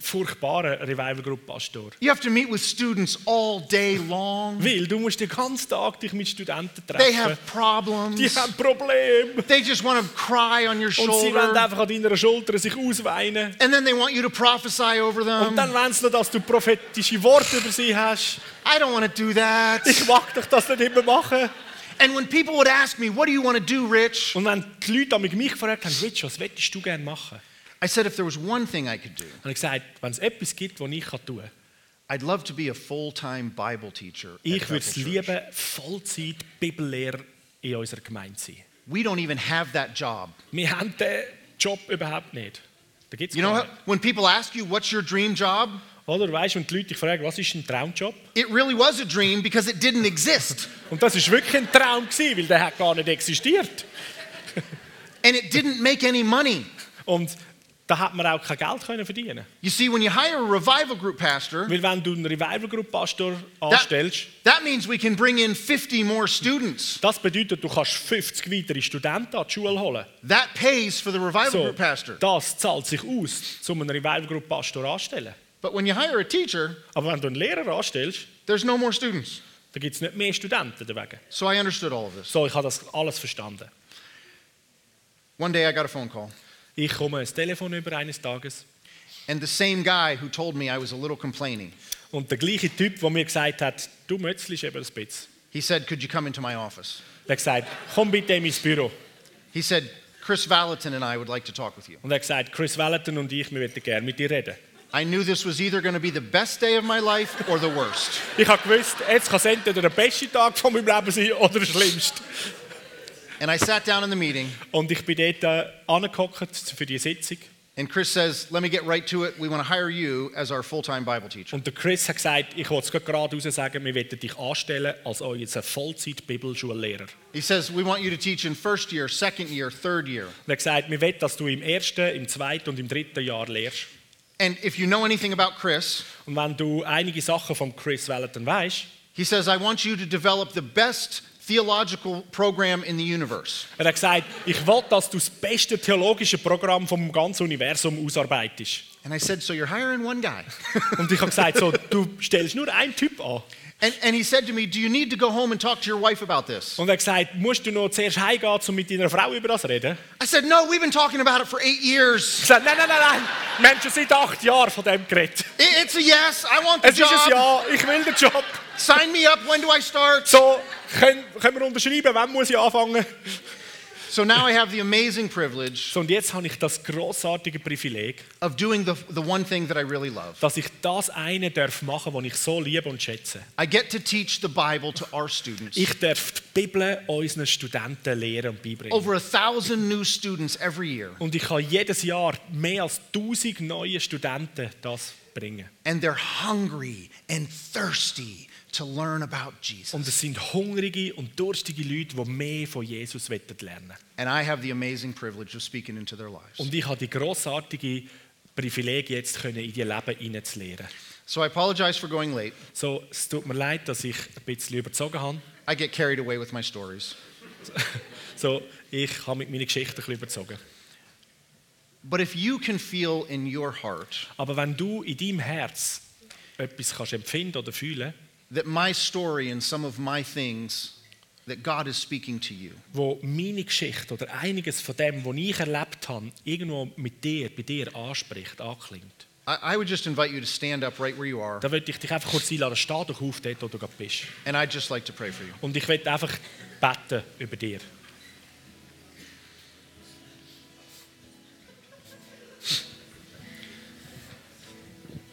S1: furchtbarer Revival Group Pastor.
S2: You have to meet with students all day long.
S1: Weil du musst den ganzen Tag dich mit Studenten
S2: They
S1: treffen.
S2: have
S1: (laughs)
S2: problems.
S1: Die haben Probleme.
S2: They just want to cry on your
S1: Und sie wollen
S2: shoulder.
S1: einfach an deiner Schulter sich ausweinen.
S2: And then they want you to prophesy over
S1: Und
S2: them.
S1: dann wollen sie noch, dass du prophetische Worte über sie hast.
S2: I don't want to do that.
S1: Ich mag dich das nicht immer machen.
S2: And when people would ask me, What do you want to do, Rich?
S1: Und wenn die Leute mit mich gefragt haben, Rich, was würdest du gerne machen?
S2: I said, If there was one thing I could do,
S1: habe ich gesagt, wenn es etwas gibt, was ich tun kann,
S2: I'd love to be a full time Bible teacher. at
S1: ich
S2: Bethel
S1: würde es
S2: Church."
S1: lieben, Vollzeit Bibellehrer in unserer Gemeinde zu sein.
S2: We don't even have that job.
S1: Wir haben diesen Job überhaupt nicht. Da gibt's
S2: You know,
S1: gar
S2: how- when people ask you, What's your dream job?
S1: nicht. Oder weißt du, und die Leute dich fragen, was ist ein Traumjob?
S2: It really was a dream because it didn't exist.
S1: Und das war wirklich ein Traum, gewesen, weil der hat gar nicht existiert.
S2: And it didn't make any money.
S1: Und da hat man auch kein Geld können verdienen.
S2: You see, when you hire a revival group pastor,
S1: Weil wenn du einen Revival Group Pastor anstellst,
S2: that, that means we can bring in 50 more students.
S1: das bedeutet, du kannst 50 weitere Studenten an die Schule holen.
S2: That pays for the revival
S1: So,
S2: group pastor.
S1: das zahlt sich aus, um einen Revival Group Pastor anzustellen.
S2: But when you hire a teacher,
S1: Aber wenn du einen Lehrer anstellst,
S2: there's no more students.
S1: Da gibt es nicht mehr Studenten deswegen.
S2: So I understood all of this.
S1: So, ich habe das alles verstanden.
S2: One day I got a phone call,
S1: Ich komme ein Telefon über eines Tages
S2: and the same guy who told me I was a little complaining,
S1: und der gleiche Typ, der mir gesagt hat, du mötzelst eben ein bisschen.
S2: he said, Could you come into my office?
S1: Er hat gesagt, komm bitte in mein Büro.
S2: He said, Chris Valentin and I would like to talk with you.
S1: Und er hat gesagt, Chris Valentin und ich, wir würden gerne mit dir reden.
S2: I knew this was either going to be the best day of my life or the worst.
S1: Ich habe gewusst, jetzt kann es entweder der beste Tag von meinem Leben sein oder der schlimmste.
S2: And I sat down in the meeting,
S1: Und ich bin dort äh, angehockt für die Sitzung.
S2: and Chris says, Let me get right to it. We want to hire you as our full time Bible teacher.
S1: Und der Chris hat gesagt, ich wollte es gerade raus sagen, wir wollen dich anstellen als euer Vollzeit-Bibelschullehrer.
S2: He says, We want you to teach in first year, second year, third year.
S1: Und er hat gesagt, wir wollen, dass du im ersten, im zweiten und im dritten Jahr lehrst.
S2: And if you know anything about Chris,
S1: Und wenn du einige Sachen von Chris Valentin weißt,
S2: he says, I want you to develop the best theological program in the universe.
S1: er hat gesagt, ich will, dass du das beste theologische Programm vom ganzen Universum ausarbeitest.
S2: And I said, So you're hiring one guy?
S1: Und ich habe gesagt, so, du stellst nur einen Typ an.
S2: And, and he said to me, Do you need to go home and talk to your wife about this?
S1: Und er hat gesagt, musst du noch zuerst heimgehen, um mit deiner Frau über das zu reden?
S2: I said, No, we've been talking about it for eight years.
S1: Ich habe gesagt, nein, nein, nein, nein, wir haben schon seit acht Jahren von dem geredet.
S2: I- It's a yes. I want the
S1: Es ist ein
S2: job.
S1: Ja, ich will den Job.
S2: Sign me up. When do I start?
S1: So, können, können wir unterschreiben, wann muss ich anfangen?
S2: So now I have the amazing privilege
S1: So, und jetzt habe ich das großartige Privileg,
S2: of doing the, the one thing that I really love.
S1: dass ich das eine darf machen, was ich so liebe und schätze.
S2: I get to teach the Bible to our students.
S1: Ich darf die Bibel unseren Studenten lehren und beibringen.
S2: Over a thousand new students every year,
S1: Und ich kann jedes Jahr mehr als 1000 neue Studenten das bringen.
S2: and they're hungry and thirsty to learn about Jesus.
S1: Und es sind hungrige und durstige Leute, die mehr von Jesus wollen lernen
S2: And I have the amazing privilege of speaking into their lives.
S1: Und ich habe die grossartige Privileg, jetzt können in ihr Leben hineinzulehren.
S2: So I apologize for going late.
S1: So, es tut mir leid, dass ich ein bisschen überzogen habe.
S2: I get carried away with my stories.
S1: So, ich habe mit meiner Geschichte ein bisschen überzogen.
S2: But if you can feel in your heart
S1: Aber wenn du in deinem Herz etwas kannst empfinden oder fühlen
S2: that my story and some of my things that God is speaking to you,
S1: wo meine Geschichte oder einiges von dem, was ich erlebt habe, irgendwo mit dir, bei dir anspricht, anklingt,
S2: I, I would just invite you to stand up right where you are,
S1: dann würde ich dich einfach kurz einladen, steh doch auf dort, wo du gerade bist.
S2: and I'd just like to pray for you.
S1: Und ich werde einfach beten über dir.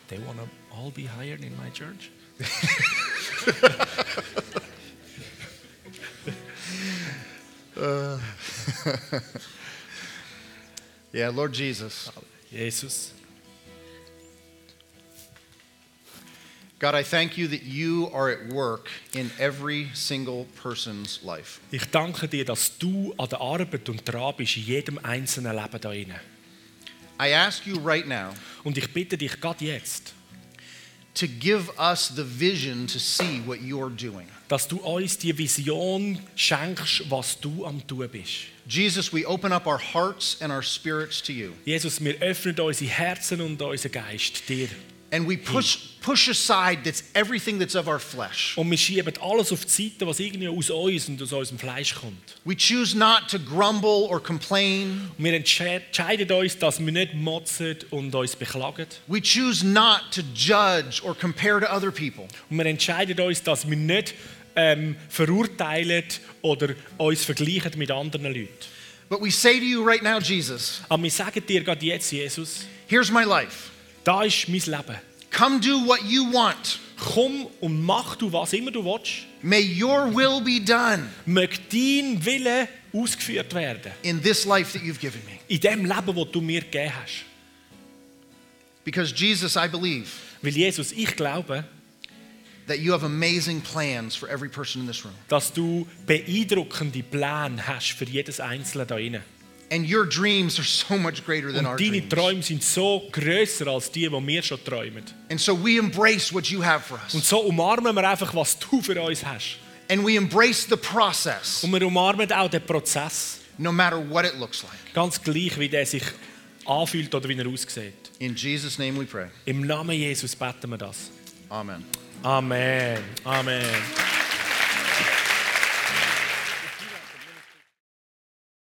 S1: They wanna all be hired in my church?
S2: Yeah, Lord Jesus,
S1: Jesus,
S2: God, I thank you that you are at work in every single person's life.
S1: Ich danke dir, dass du an der Arbeit und dran bist in jedem einzelnen Leben da drin.
S2: I ask you right now
S1: Und ich bitte dich gerade jetzt,
S2: to give us the vision to see what you're doing.
S1: dass du uns die Vision schenkst, was du am tun bist.
S2: Jesus, we open up our hearts and our spirits to you.
S1: Jesus, wir öffnen unsere Herzen und unseren Geist dir.
S2: And we push, push aside that's everything that's of our flesh.
S1: Und wir schieben alles auf die Seite, was irgendwie aus uns und aus unserem Fleisch kommt.
S2: We choose not to grumble or complain.
S1: Und wir entsche- entscheiden uns, dass wir nicht motzen und uns beklagen.
S2: We choose not to judge or compare to other people.
S1: Und wir entscheiden uns, dass wir nicht ähm, verurteilen oder uns vergleichen mit anderen Leuten.
S2: But we say to you right now, Jesus,
S1: Aber wir sagen dir gerade jetzt, Jesus,
S2: here's my life.
S1: da ist mein Leben.
S2: Come do what you want.
S1: Komm und mach du, was immer du willst.
S2: May your will be done
S1: Möge dein Wille ausgeführt werden.
S2: in this life that you've given me.
S1: In dem Leben, das du mir gegeben hast.
S2: Because, Jesus, I believe
S1: Weil Jesus, ich glaube,
S2: that you have amazing plans for every person in this room.
S1: dass du beeindruckende Pläne hast für jedes Einzelne da drin.
S2: And your dreams are so much greater than
S1: Und
S2: our
S1: deine
S2: dreams.
S1: Träume sind so grösser als die, die wir schon träumen.
S2: And so we embrace what you have for
S1: Und
S2: us.
S1: so umarmen wir einfach, was du für uns hast.
S2: And we embrace the process,
S1: Und wir umarmen auch den Prozess,
S2: no matter what it looks like.
S1: ganz gleich, wie der sich anfühlt oder wie er aussieht.
S2: In Jesus' name we pray.
S1: Im Namen Jesus beten wir das.
S2: Amen.
S1: Amen. Amen.